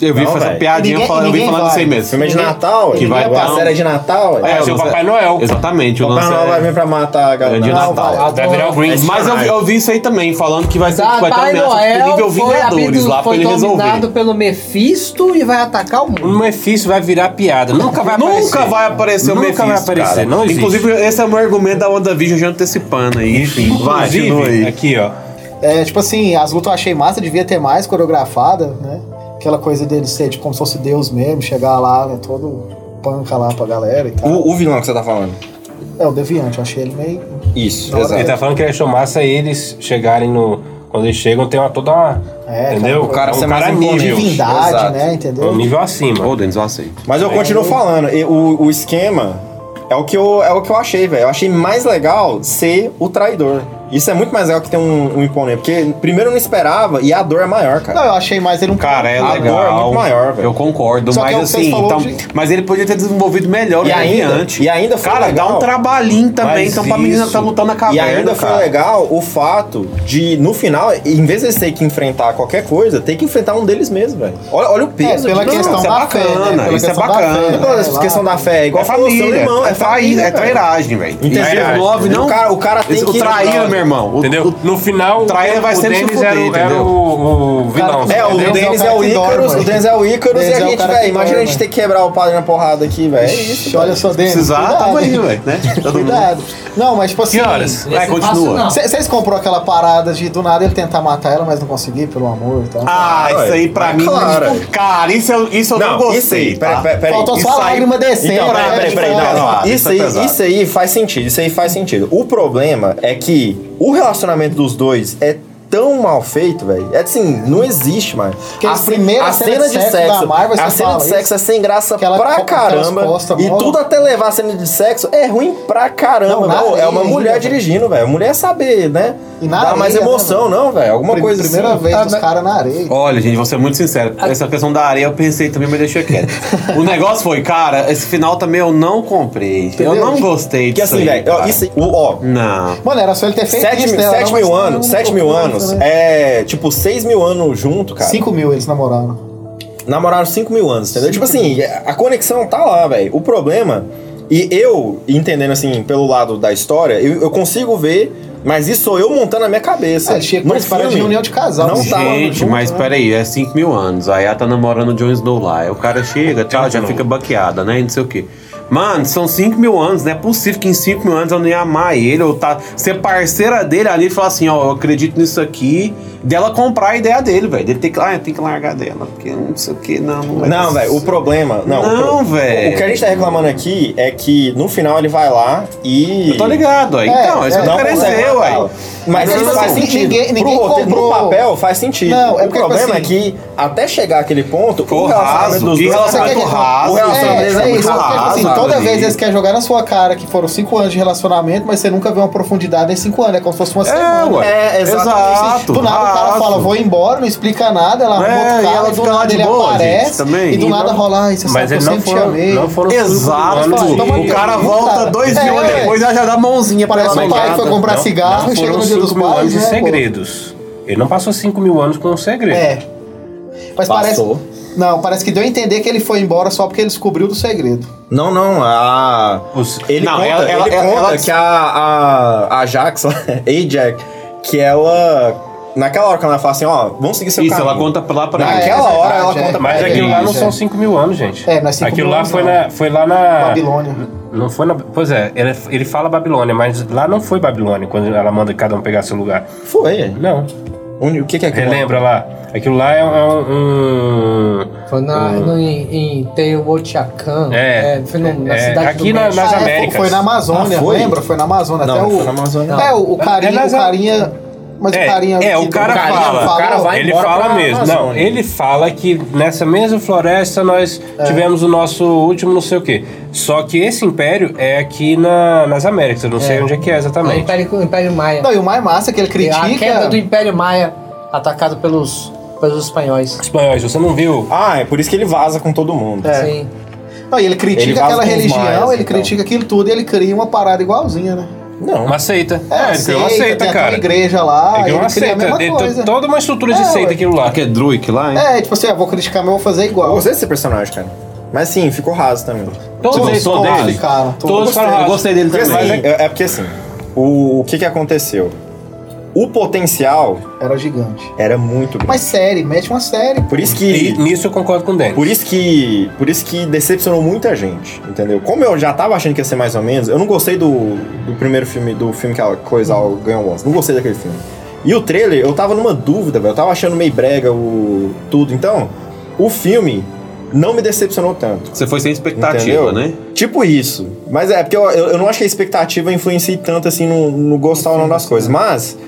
Speaker 2: Eu vi
Speaker 1: Não,
Speaker 2: essa
Speaker 1: velho.
Speaker 2: piadinha,
Speaker 4: Ninguém-
Speaker 2: falando- eu vi
Speaker 4: ninguém
Speaker 2: falando isso aí
Speaker 4: vai.
Speaker 2: mesmo. É,
Speaker 1: Filme de Natal,
Speaker 2: Que vai
Speaker 1: a
Speaker 2: dar um-
Speaker 1: série de Natal. é.
Speaker 2: É,
Speaker 7: Vai
Speaker 1: o
Speaker 7: ser o
Speaker 2: lance
Speaker 7: Papai
Speaker 2: é-
Speaker 7: Noel.
Speaker 2: Exatamente, o
Speaker 1: Papai
Speaker 2: lance
Speaker 1: Noel vai vir pra matar a
Speaker 2: é
Speaker 1: galera.
Speaker 2: de
Speaker 1: Não,
Speaker 2: Natal.
Speaker 1: vai.
Speaker 7: Vai virar o Green.
Speaker 2: é Mas eu, eu vi isso aí também, falando que vai ser vai ter uma
Speaker 3: Papai
Speaker 2: ameaça pro nível
Speaker 3: Noel foi,
Speaker 2: Vingadores
Speaker 3: havido-
Speaker 2: lá pra
Speaker 3: foi
Speaker 2: ele
Speaker 3: dominado
Speaker 2: resolver.
Speaker 3: pelo Mephisto e vai atacar o
Speaker 7: O
Speaker 3: mundo.
Speaker 7: Mephisto é vai virar piada. Nunca vai aparecer.
Speaker 2: Nunca vai aparecer o
Speaker 7: Nunca
Speaker 2: Mephisto,
Speaker 7: vai aparecer,
Speaker 2: cara.
Speaker 7: não existe.
Speaker 2: Inclusive, esse é o meu argumento da WandaVision já antecipando aí. Enfim, vai, continua
Speaker 7: Inclusive,
Speaker 2: aí.
Speaker 7: aqui, ó.
Speaker 4: É, tipo assim, as lutas eu achei massa, devia ter mais coreografada, né? Aquela coisa dele ser tipo, como se fosse Deus mesmo, chegar lá, né, todo panca lá pra galera e tal.
Speaker 1: O, o vilão que você tá falando.
Speaker 4: É, o Deviante, eu achei ele meio...
Speaker 1: Isso,
Speaker 4: Na hora
Speaker 1: exato.
Speaker 7: Ele tá falando que ele achou massa eles chegarem no. Quando eles chegam, tem uma toda uma.
Speaker 4: É,
Speaker 7: entendeu?
Speaker 1: cara
Speaker 4: cara, o
Speaker 7: É um
Speaker 1: ser mais
Speaker 7: cara nível.
Speaker 1: imponente.
Speaker 4: Divindade,
Speaker 1: Exato.
Speaker 4: né,
Speaker 7: É um
Speaker 4: entendeu?
Speaker 7: nível acima.
Speaker 2: Ô, Denis, eu aceito.
Speaker 1: Mas eu continuo falando, e o, o esquema é o que eu, é o que eu achei, velho. Eu achei mais legal ser o traidor. Isso é muito mais legal que ter um, um imponente. Porque primeiro eu não esperava e a dor é maior, cara.
Speaker 4: Não, eu achei mais ele um...
Speaker 2: Cara, é
Speaker 1: A
Speaker 2: legal.
Speaker 1: dor é muito maior, velho.
Speaker 2: Eu concordo,
Speaker 4: Só que
Speaker 2: mas
Speaker 4: é o que vocês
Speaker 2: assim,
Speaker 4: falou
Speaker 2: então,
Speaker 4: de-
Speaker 2: mas ele podia ter desenvolvido melhor
Speaker 1: E
Speaker 2: o
Speaker 1: ainda-
Speaker 2: Deviante.
Speaker 1: e ainda foi
Speaker 2: Cara, dá
Speaker 1: legal.
Speaker 2: um trabalhinho também,
Speaker 7: Mas
Speaker 2: então pra menina
Speaker 7: isso-
Speaker 2: tá lutando na
Speaker 1: E
Speaker 2: caverna,
Speaker 1: ainda foi
Speaker 2: cara.
Speaker 1: legal o fato de, no final, em vez de eles terem que enfrentar qualquer coisa, ter que enfrentar um deles mesmo, velho. Olha, olha o
Speaker 4: É,
Speaker 1: peso.
Speaker 4: pela
Speaker 1: de- um.
Speaker 4: questão
Speaker 2: isso é
Speaker 4: da fé, né?
Speaker 2: bacana,
Speaker 4: Pela
Speaker 2: isso é
Speaker 4: questão
Speaker 2: bacana.
Speaker 4: Da fé,
Speaker 1: Não,
Speaker 4: né,
Speaker 1: essa
Speaker 4: lá.
Speaker 1: questão da fé, igual
Speaker 2: É
Speaker 1: falou seu
Speaker 2: família,
Speaker 1: irmão,
Speaker 2: é, família, é
Speaker 1: velho.
Speaker 2: trairagem, velho.
Speaker 1: Entendeu?
Speaker 2: Entendeu? Nove,
Speaker 1: O
Speaker 2: não.
Speaker 1: cara- o cara tem
Speaker 2: Esse-
Speaker 1: que-
Speaker 2: O traíra, meu irmão. O-
Speaker 7: Entendeu?
Speaker 2: o-
Speaker 7: no final,
Speaker 2: o traíra vai
Speaker 7: o
Speaker 2: sempre se
Speaker 7: Dennis
Speaker 2: fuder,
Speaker 7: era, o- era
Speaker 2: entendeu?
Speaker 7: o, o vilão.
Speaker 1: É, o
Speaker 7: entendeu?
Speaker 1: Denis é
Speaker 4: cara
Speaker 1: o
Speaker 4: que dorme,
Speaker 1: Ícaros,
Speaker 4: mano.
Speaker 1: o Denis é o Ícaros e
Speaker 4: Denis
Speaker 1: a
Speaker 4: é o
Speaker 1: gente,
Speaker 4: cara que
Speaker 1: velho, imagina a
Speaker 4: dorme.
Speaker 1: gente ter que quebrar o padre na porrada aqui, velho. É isso,
Speaker 4: Ixi, olha só, Denis,
Speaker 2: Precisar, tamo aí, velho, né? Todo mundo.
Speaker 4: Cuidado. Não, mas tipo assim...
Speaker 2: Que horas? Vai,
Speaker 3: Esse passo
Speaker 2: continua.
Speaker 3: não.
Speaker 4: Vocês comprou aquela parada de do nada ele tentar matar ela, mas não conseguir, pelo amor e tal.
Speaker 2: Ah, isso aí pra
Speaker 1: É
Speaker 2: mim.
Speaker 1: claro.
Speaker 2: Cara, isso eu, isso eu não, gostei.
Speaker 1: isso aí, peraí,
Speaker 2: tá?
Speaker 1: peraí, peraí.
Speaker 4: Faltou
Speaker 1: Isso
Speaker 4: só a
Speaker 1: aí-
Speaker 4: lágrima descendo,
Speaker 1: Então, peraí,
Speaker 4: né?
Speaker 1: peraí, peraí,
Speaker 4: Tipo,
Speaker 1: não, não,
Speaker 2: ah,
Speaker 1: Isso,
Speaker 2: isso é
Speaker 1: aí,
Speaker 2: pesado.
Speaker 1: isso aí faz sentido, isso aí faz sentido. O problema é que o relacionamento dos dois é tão mal feito, velho. É assim, não existe, mano.
Speaker 4: Porque a primeira cena de sexo da Marvel,
Speaker 1: a
Speaker 4: você
Speaker 1: cena
Speaker 4: fala
Speaker 1: de
Speaker 4: isso.
Speaker 1: sexo é sem graça
Speaker 4: Aquela
Speaker 1: pra
Speaker 4: co- aquelas
Speaker 1: caramba.
Speaker 4: costas
Speaker 1: E
Speaker 4: mó-
Speaker 1: tudo até levar a cena de sexo é ruim pra caramba,
Speaker 4: Não, na
Speaker 1: velho. É uma
Speaker 4: areia
Speaker 1: mulher
Speaker 4: ainda, velho.
Speaker 1: dirigindo, velho. Mulher saber, né?
Speaker 4: E na
Speaker 1: Dá mais
Speaker 4: areia, né,
Speaker 1: emoção, não, velho. Alguma
Speaker 4: Prim-
Speaker 1: coisa
Speaker 4: Primeira
Speaker 1: assim.
Speaker 4: vez
Speaker 1: Ah,
Speaker 4: dos
Speaker 1: mas-
Speaker 4: caras na areia.
Speaker 2: Olha, gente, vou ser muito sincero. Essa questão da areia eu pensei também, mas deixei quieto. o negócio foi, cara, esse final também eu não comprei. Eu
Speaker 4: Entendeu?
Speaker 2: não gostei disso.
Speaker 1: Que assim,
Speaker 2: aí,
Speaker 1: velho, ó,
Speaker 2: cara.
Speaker 1: isso aí, o- ó,
Speaker 2: Não.
Speaker 4: Mano, era só ele ter feito
Speaker 1: 7
Speaker 4: isso,
Speaker 1: mil,
Speaker 4: né? Ela
Speaker 1: sete
Speaker 4: não
Speaker 1: mil
Speaker 4: gostava,
Speaker 1: anos,
Speaker 4: não
Speaker 1: 7 mil
Speaker 4: gostava,
Speaker 1: anos
Speaker 4: né?
Speaker 1: é tipo 6 mil anos junto, cara.
Speaker 4: 5 mil eles namoraram.
Speaker 1: Namoraram 5 mil anos, entendeu? Tipo assim, a conexão tá lá, velho. O problema, e eu, entendendo assim, pelo lado da história, eu, eu consigo ver, mas isso sou eu montando na minha cabeça.
Speaker 4: É, tinha que
Speaker 1: No
Speaker 4: participar de
Speaker 1: filme,
Speaker 4: reunião de casal, assim.
Speaker 1: Não
Speaker 4: gente.
Speaker 1: tá lá
Speaker 2: Gente,
Speaker 1: junto,
Speaker 2: mas
Speaker 1: né?
Speaker 2: peraí, é 5 mil anos. Aí ela tá namorando o Jon Snow lá. Aí o cara chega, tchau,
Speaker 1: um
Speaker 2: já fica baqueada, né? E não sei o quê. Mano, são 5 mil anos, não é possível que em 5 mil anos eu não ia amar ele, ou tá, ser parceira dele ali e falar assim, ó, eu acredito nisso aqui, dela comprar a ideia dele, velho. Dele ter que, ah, tem que largar dela, porque não sei o que, não. Não, é
Speaker 1: Não, velho, o
Speaker 2: possível.
Speaker 1: problema. Não,
Speaker 2: Não,
Speaker 1: o pro-
Speaker 2: velho.
Speaker 1: O que a gente tá reclamando aqui é que no final ele vai lá e.
Speaker 2: Eu tô ligado, aí.
Speaker 4: É,
Speaker 2: então, isso
Speaker 4: é,
Speaker 2: que eu
Speaker 1: Não
Speaker 2: quero
Speaker 1: consegue
Speaker 2: dizer,
Speaker 1: matá-la.
Speaker 2: ué. É,
Speaker 1: Mas
Speaker 4: Mas,
Speaker 1: isso
Speaker 4: tipo
Speaker 1: faz
Speaker 4: assim,
Speaker 1: sentido.
Speaker 4: ninguém- ninguém
Speaker 1: pro, roteiro-
Speaker 4: comprou-
Speaker 1: pro papel faz sentido.
Speaker 4: Não, é
Speaker 1: o
Speaker 4: porque,
Speaker 1: problema
Speaker 4: tipo assim,
Speaker 1: é que até chegar àquele ponto,
Speaker 2: Ficou
Speaker 1: o relacionamento
Speaker 2: raso,
Speaker 1: dos
Speaker 2: que
Speaker 1: dois...
Speaker 2: relacionamento
Speaker 1: Você quer que-
Speaker 2: raso,
Speaker 1: O relacionamento
Speaker 4: tipo, É,
Speaker 1: deles é
Speaker 4: é
Speaker 1: muito
Speaker 4: isso, porque, tipo
Speaker 1: raso.
Speaker 4: assim,
Speaker 2: raso
Speaker 4: toda
Speaker 2: ali.
Speaker 4: vez eles querem jogar na sua cara que foram 5 anos de relacionamento, mas você nunca vê uma profundidade em 5 anos, é como se fosse uma
Speaker 2: É,
Speaker 4: semana. assim,
Speaker 2: ué.
Speaker 1: É, exatamente.
Speaker 2: Exato,
Speaker 4: Do nada o cara
Speaker 2: raso.
Speaker 4: fala, vou embora, não explica nada, ela arruma
Speaker 2: É,
Speaker 4: outro
Speaker 2: e
Speaker 4: cara,
Speaker 2: ela
Speaker 4: do
Speaker 2: fica lá
Speaker 4: nada
Speaker 2: de
Speaker 4: ele
Speaker 2: boa, gente,
Speaker 4: aparece,
Speaker 2: também.
Speaker 4: e do
Speaker 2: E
Speaker 4: nada
Speaker 2: não-
Speaker 4: rola, ai, você
Speaker 7: Mas
Speaker 4: sabe
Speaker 7: eles
Speaker 4: que eu
Speaker 7: não
Speaker 4: tá sempre
Speaker 7: foram-
Speaker 4: te amei.
Speaker 7: não foram
Speaker 2: Exato.
Speaker 4: Vamos lá, toma
Speaker 2: O cara
Speaker 4: aqui.
Speaker 2: volta dois
Speaker 4: É.
Speaker 2: dias depois e já dá a mãozinha pra
Speaker 4: Parece
Speaker 2: ela.
Speaker 4: um pai que foi
Speaker 2: beijada.
Speaker 4: comprar cigarro
Speaker 7: Não
Speaker 4: e chega
Speaker 7: foram
Speaker 4: no dia
Speaker 7: 5
Speaker 4: dos
Speaker 7: mil anos
Speaker 4: pais,
Speaker 7: de
Speaker 4: né, pô?
Speaker 7: segredos. Ele não passou 5 mil anos com um segredo.
Speaker 4: É. Mas
Speaker 1: Passou.
Speaker 4: parece. Não, parece que deu a entender que ele foi embora só porque ele descobriu do segredo.
Speaker 1: Não, não, a...
Speaker 7: Os-
Speaker 1: Ele
Speaker 2: Não,
Speaker 1: conta,
Speaker 2: ela- ela-
Speaker 1: ele
Speaker 2: ela-
Speaker 1: conta
Speaker 2: ela-
Speaker 1: que a, a, a Jax, Ajax, que ela... Naquela hora que ela fala assim, ó, vamos seguir seu
Speaker 2: Isso,
Speaker 1: caminho.
Speaker 2: ela conta pra lá pra
Speaker 1: Naquela hora
Speaker 4: é verdade,
Speaker 1: ela
Speaker 4: é.
Speaker 1: conta pra
Speaker 7: Mas
Speaker 1: ele.
Speaker 7: aquilo lá não
Speaker 4: é.
Speaker 7: são 5 mil anos, gente.
Speaker 4: É, não é cinco
Speaker 7: Aquilo
Speaker 4: mil
Speaker 7: lá
Speaker 4: anos,
Speaker 7: foi,
Speaker 4: não.
Speaker 7: na, foi lá na.
Speaker 4: Babilônia.
Speaker 7: Não foi na. Pois é, ele, ele fala Babilônia, mas lá não foi Babilônia, quando ela manda cada um pegar seu lugar.
Speaker 1: Foi.
Speaker 7: Não.
Speaker 1: Onde- O que que é que...
Speaker 7: Relembra lá. Aquilo lá é um. é um- um-
Speaker 3: Foi na, no, em, em Teotihuacan.
Speaker 7: É.
Speaker 3: foi no- na
Speaker 7: É,
Speaker 3: cidade
Speaker 7: aqui
Speaker 3: do
Speaker 7: na-
Speaker 3: México.
Speaker 7: nas
Speaker 4: Ah, é, foi-
Speaker 7: Américas.
Speaker 4: foi na Amazônia,
Speaker 1: Ah, foi?
Speaker 4: lembra? Foi na Amazônia.
Speaker 1: Não,
Speaker 4: até
Speaker 1: não
Speaker 4: o,
Speaker 1: foi na Amazônia, não.
Speaker 4: É, o, o
Speaker 7: É,
Speaker 4: carinha,
Speaker 7: mas
Speaker 4: o
Speaker 7: a-
Speaker 4: carinha. Mas
Speaker 7: É,
Speaker 4: o carinha.
Speaker 7: é, o
Speaker 4: que-
Speaker 7: cara fala,
Speaker 4: falou,
Speaker 7: o
Speaker 3: cara vai
Speaker 7: ele
Speaker 4: embora
Speaker 7: fala
Speaker 4: pra
Speaker 7: mesmo.
Speaker 4: Amazônia.
Speaker 7: Não, ele fala que nessa mesma floresta nós
Speaker 4: É.
Speaker 7: tivemos o nosso último não sei o quê. Só que esse império é aqui na- nas Américas, eu não sei onde é que é
Speaker 3: O
Speaker 7: exatamente.
Speaker 3: Império, o Império Maia.
Speaker 4: Não, e o mais massa é que ele critica.
Speaker 3: A queda do Império Maia, atacado pelos, pelos espanhóis.
Speaker 7: Espanhóis, você não viu?
Speaker 1: Ah, é por isso que ele vaza com todo mundo.
Speaker 4: É.
Speaker 3: Sim.
Speaker 4: Não, e ele critica
Speaker 1: Ele vaza
Speaker 4: aquela
Speaker 1: com os
Speaker 4: religião,
Speaker 1: maias,
Speaker 4: ele
Speaker 1: então.
Speaker 4: critica aquilo tudo e ele cria uma parada igualzinha, né?
Speaker 1: Não.
Speaker 7: Uma seita.
Speaker 4: uma
Speaker 7: É, ele
Speaker 4: seita,
Speaker 7: criou uma
Speaker 4: tem
Speaker 7: seita,
Speaker 4: aquela
Speaker 7: cara. Ele
Speaker 4: igreja lá, ele,
Speaker 7: criou
Speaker 4: cria
Speaker 7: uma
Speaker 4: a
Speaker 7: seita.
Speaker 4: mesma
Speaker 7: Ele tem
Speaker 4: coisa.
Speaker 7: toda uma estrutura de
Speaker 4: É,
Speaker 7: seita
Speaker 4: ué.
Speaker 7: aquilo lá.
Speaker 2: Aqui é Druik lá, hein?
Speaker 4: É, tipo assim, eu vou criticar, mas eu vou fazer
Speaker 1: Eu
Speaker 4: igual.
Speaker 1: gostei desse personagem, cara. Mas sim, ficou raso também.
Speaker 2: Você
Speaker 7: Todos eles
Speaker 2: gostou
Speaker 7: são
Speaker 2: dele?
Speaker 7: rasos.
Speaker 4: Cara, tô-
Speaker 7: Todos
Speaker 2: gostei,
Speaker 7: são rasos.
Speaker 2: eu gostei dele
Speaker 1: Porque
Speaker 2: também.
Speaker 1: assim, é, é porque assim, o, o que que aconteceu? O potencial
Speaker 4: Era gigante.
Speaker 1: era muito grande.
Speaker 4: Mas série, mete uma série.
Speaker 1: Por isso que...
Speaker 7: E nisso eu concordo com o Denis.
Speaker 1: Por isso que. Por isso que decepcionou muita gente, entendeu? Como eu já tava achando que ia ser mais ou menos, eu não gostei do, do primeiro filme, do filme que a Coisal ganhou o Oscar. Não gostei daquele filme. E o trailer, eu tava numa dúvida, velho. Eu tava achando meio brega o tudo. Então, o filme não me decepcionou tanto.
Speaker 2: Você foi sem expectativa,
Speaker 1: Entendeu?
Speaker 2: né?
Speaker 1: Tipo isso. Mas é, porque eu, eu, eu não acho que a expectativa influencie tanto, assim, no, no gostar ou não das coisas.
Speaker 7: é.
Speaker 1: Mas,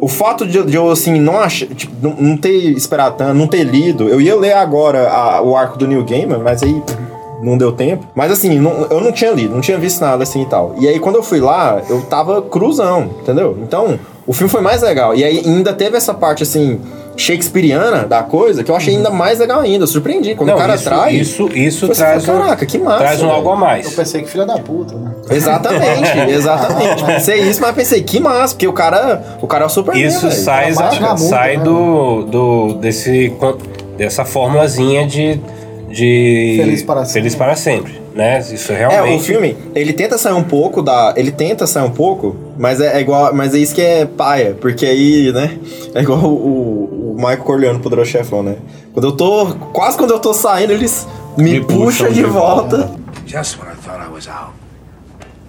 Speaker 1: o fato de, eu- de eu, assim, não achar... Tipo, não, não ter esperado tanto, não ter lido... Eu ia ler agora a- o arco do New Gamer, mas aí... pff, Não deu tempo. Mas assim, não- eu não tinha lido, não tinha visto nada assim e tal. E aí, quando eu fui lá, eu tava cruzão, entendeu? Então, o filme foi mais legal. E aí, ainda teve essa parte, assim, shakespeariana da coisa, que eu achei ainda mais legal ainda. Surpreendi. Quando
Speaker 7: Uhum. Não,
Speaker 1: o cara
Speaker 7: isso,
Speaker 1: traz.
Speaker 7: Isso, isso
Speaker 1: Você
Speaker 7: traz,
Speaker 1: fala,
Speaker 7: um,
Speaker 1: "Caraca, que massa,
Speaker 7: traz um
Speaker 1: velho."
Speaker 7: algo a mais.
Speaker 4: Eu pensei que filha da puta, né?
Speaker 1: Exatamente, exatamente. Pensei isso, mas pensei, que massa, porque o cara, o cara é o Superman,
Speaker 7: Isso
Speaker 1: velho.
Speaker 7: sai,
Speaker 4: Ela bate
Speaker 7: exa-
Speaker 4: na multa,
Speaker 7: sai
Speaker 4: né?
Speaker 7: do, do desse con- dessa formulazinha de, de
Speaker 4: Feliz para sempre.
Speaker 7: feliz para sempre, né? Isso
Speaker 1: É,
Speaker 7: realmente.
Speaker 1: o filme, ele tenta sair um pouco da... Ele tenta sair um pouco, mas é, é igual... Mas é isso que é paia, porque aí, né? É igual o, o, o Michael Corleone pro Poderoso Chefão, né? Quando eu tô... Quase quando eu tô saindo, eles me,
Speaker 2: Me puxam
Speaker 1: puxam de
Speaker 2: de
Speaker 1: volta.
Speaker 8: Just when I thought I was out,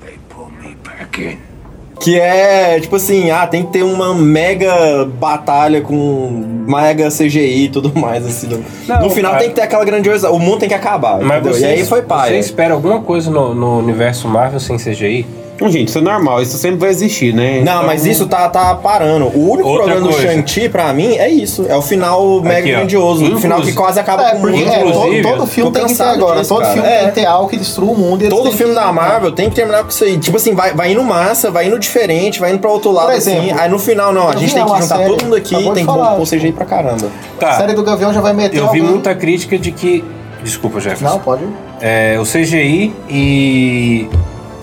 Speaker 8: they pulled me back in.
Speaker 1: Que é, tipo assim, ah, tem que ter uma mega batalha com mega CGI e tudo mais, assim. No,
Speaker 7: Não,
Speaker 1: no final
Speaker 7: cara.
Speaker 1: tem que ter aquela grandiosa... O mundo tem que acabar,
Speaker 7: Mas
Speaker 1: entendeu?
Speaker 7: você,
Speaker 1: é e aí foi é. paia.
Speaker 7: você espera alguma coisa no, no universo Marvel sem CGI?
Speaker 2: Então, gente, isso é normal, isso sempre vai existir, né?
Speaker 1: Não,
Speaker 2: Então,
Speaker 1: mas isso tá, tá parando. O único
Speaker 7: Outra
Speaker 1: problema do
Speaker 7: coisa.
Speaker 1: Shang-Chi, pra mim, é isso. É o final mega
Speaker 7: ó.
Speaker 1: grandioso. O final que
Speaker 7: Inclusive-
Speaker 1: quase acaba
Speaker 4: É,
Speaker 1: com o
Speaker 4: porque
Speaker 1: mundo.
Speaker 4: é, todo,
Speaker 7: Inclusive,
Speaker 4: todo filme
Speaker 1: tô
Speaker 4: tem que ter
Speaker 1: cansado
Speaker 4: agora.
Speaker 1: disso,
Speaker 4: todo
Speaker 1: cara.
Speaker 4: filme
Speaker 1: É.
Speaker 4: tem que ter algo que destrua o mundo. e eles
Speaker 1: Todo
Speaker 4: têm que-
Speaker 1: filme da Marvel tem que terminar com isso aí. Tipo assim, vai, vai indo massa, vai indo diferente, vai indo pra outro lado,
Speaker 4: Por exemplo,
Speaker 1: assim. Aí no final, não, a
Speaker 4: eu
Speaker 1: gente
Speaker 4: vi
Speaker 1: tem que
Speaker 4: uma
Speaker 1: juntar
Speaker 4: série,
Speaker 1: todo mundo aqui,
Speaker 4: acabou de
Speaker 1: tem que
Speaker 4: falar. tipo,
Speaker 1: pôr o CGI pra caramba.
Speaker 4: A
Speaker 7: Tá.
Speaker 4: série do Gavião já vai meter
Speaker 7: Eu vi
Speaker 4: alguém-
Speaker 7: muita crítica de que desculpa, Jefferson.
Speaker 4: Não, pode.
Speaker 7: É, o CGI e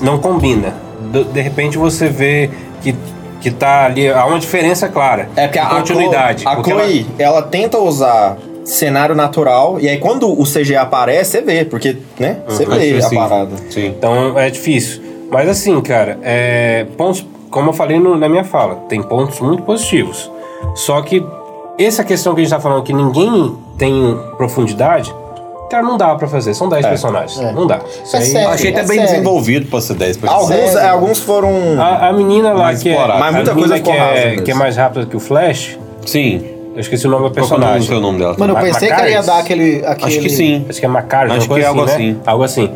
Speaker 7: não combina. Do- De repente você vê que que tá ali há uma diferença clara.
Speaker 1: É porque
Speaker 7: de
Speaker 1: a
Speaker 7: continuidade.
Speaker 1: A Chloe, a
Speaker 7: porque
Speaker 1: Chloe,
Speaker 7: ela-
Speaker 1: ela... tenta usar cenário natural, e aí quando o CGI aparece, você vê, porque, né? Você
Speaker 2: acho
Speaker 1: vê
Speaker 7: Tipo
Speaker 2: que
Speaker 1: a
Speaker 7: assim,
Speaker 2: sim.
Speaker 1: parada.
Speaker 2: Sim.
Speaker 7: Então é difícil. Mas assim, cara, é, pontos, como eu falei no- na minha fala, tem pontos muito positivos. Só que essa questão que a gente tá falando que ninguém tem profundidade, cara, não dá pra fazer. São
Speaker 1: É.
Speaker 7: 10 personagens. Não dá. Isso
Speaker 4: É
Speaker 7: aí-
Speaker 4: sério.
Speaker 2: Eu achei até
Speaker 4: É
Speaker 2: bem
Speaker 4: sério.
Speaker 2: desenvolvido pra ser 10 pra ser
Speaker 1: Alguns,
Speaker 4: Sério?
Speaker 1: alguns foram.
Speaker 7: A, a menina lá
Speaker 2: Mais
Speaker 7: que é,
Speaker 2: explorado.
Speaker 7: a
Speaker 1: Mas muita
Speaker 7: menina
Speaker 1: coisa
Speaker 7: que
Speaker 1: ficou rasa
Speaker 7: é,
Speaker 1: mesmo.
Speaker 7: que é mais rápida que o Flash,
Speaker 2: sério. Sim.
Speaker 7: eu esqueci o nome da
Speaker 2: Qual que é o nome-
Speaker 7: personagem.
Speaker 2: qual é o nome dela?
Speaker 4: Mano, eu
Speaker 7: Ma-
Speaker 4: pensei que ela ia
Speaker 7: Macares?
Speaker 4: dar aquele. aquele...
Speaker 2: Acho que sim.
Speaker 7: Acho que é Macario,
Speaker 2: Acho
Speaker 7: uma coisa
Speaker 2: que é algo
Speaker 7: assim, né?
Speaker 2: assim.
Speaker 7: Algo assim.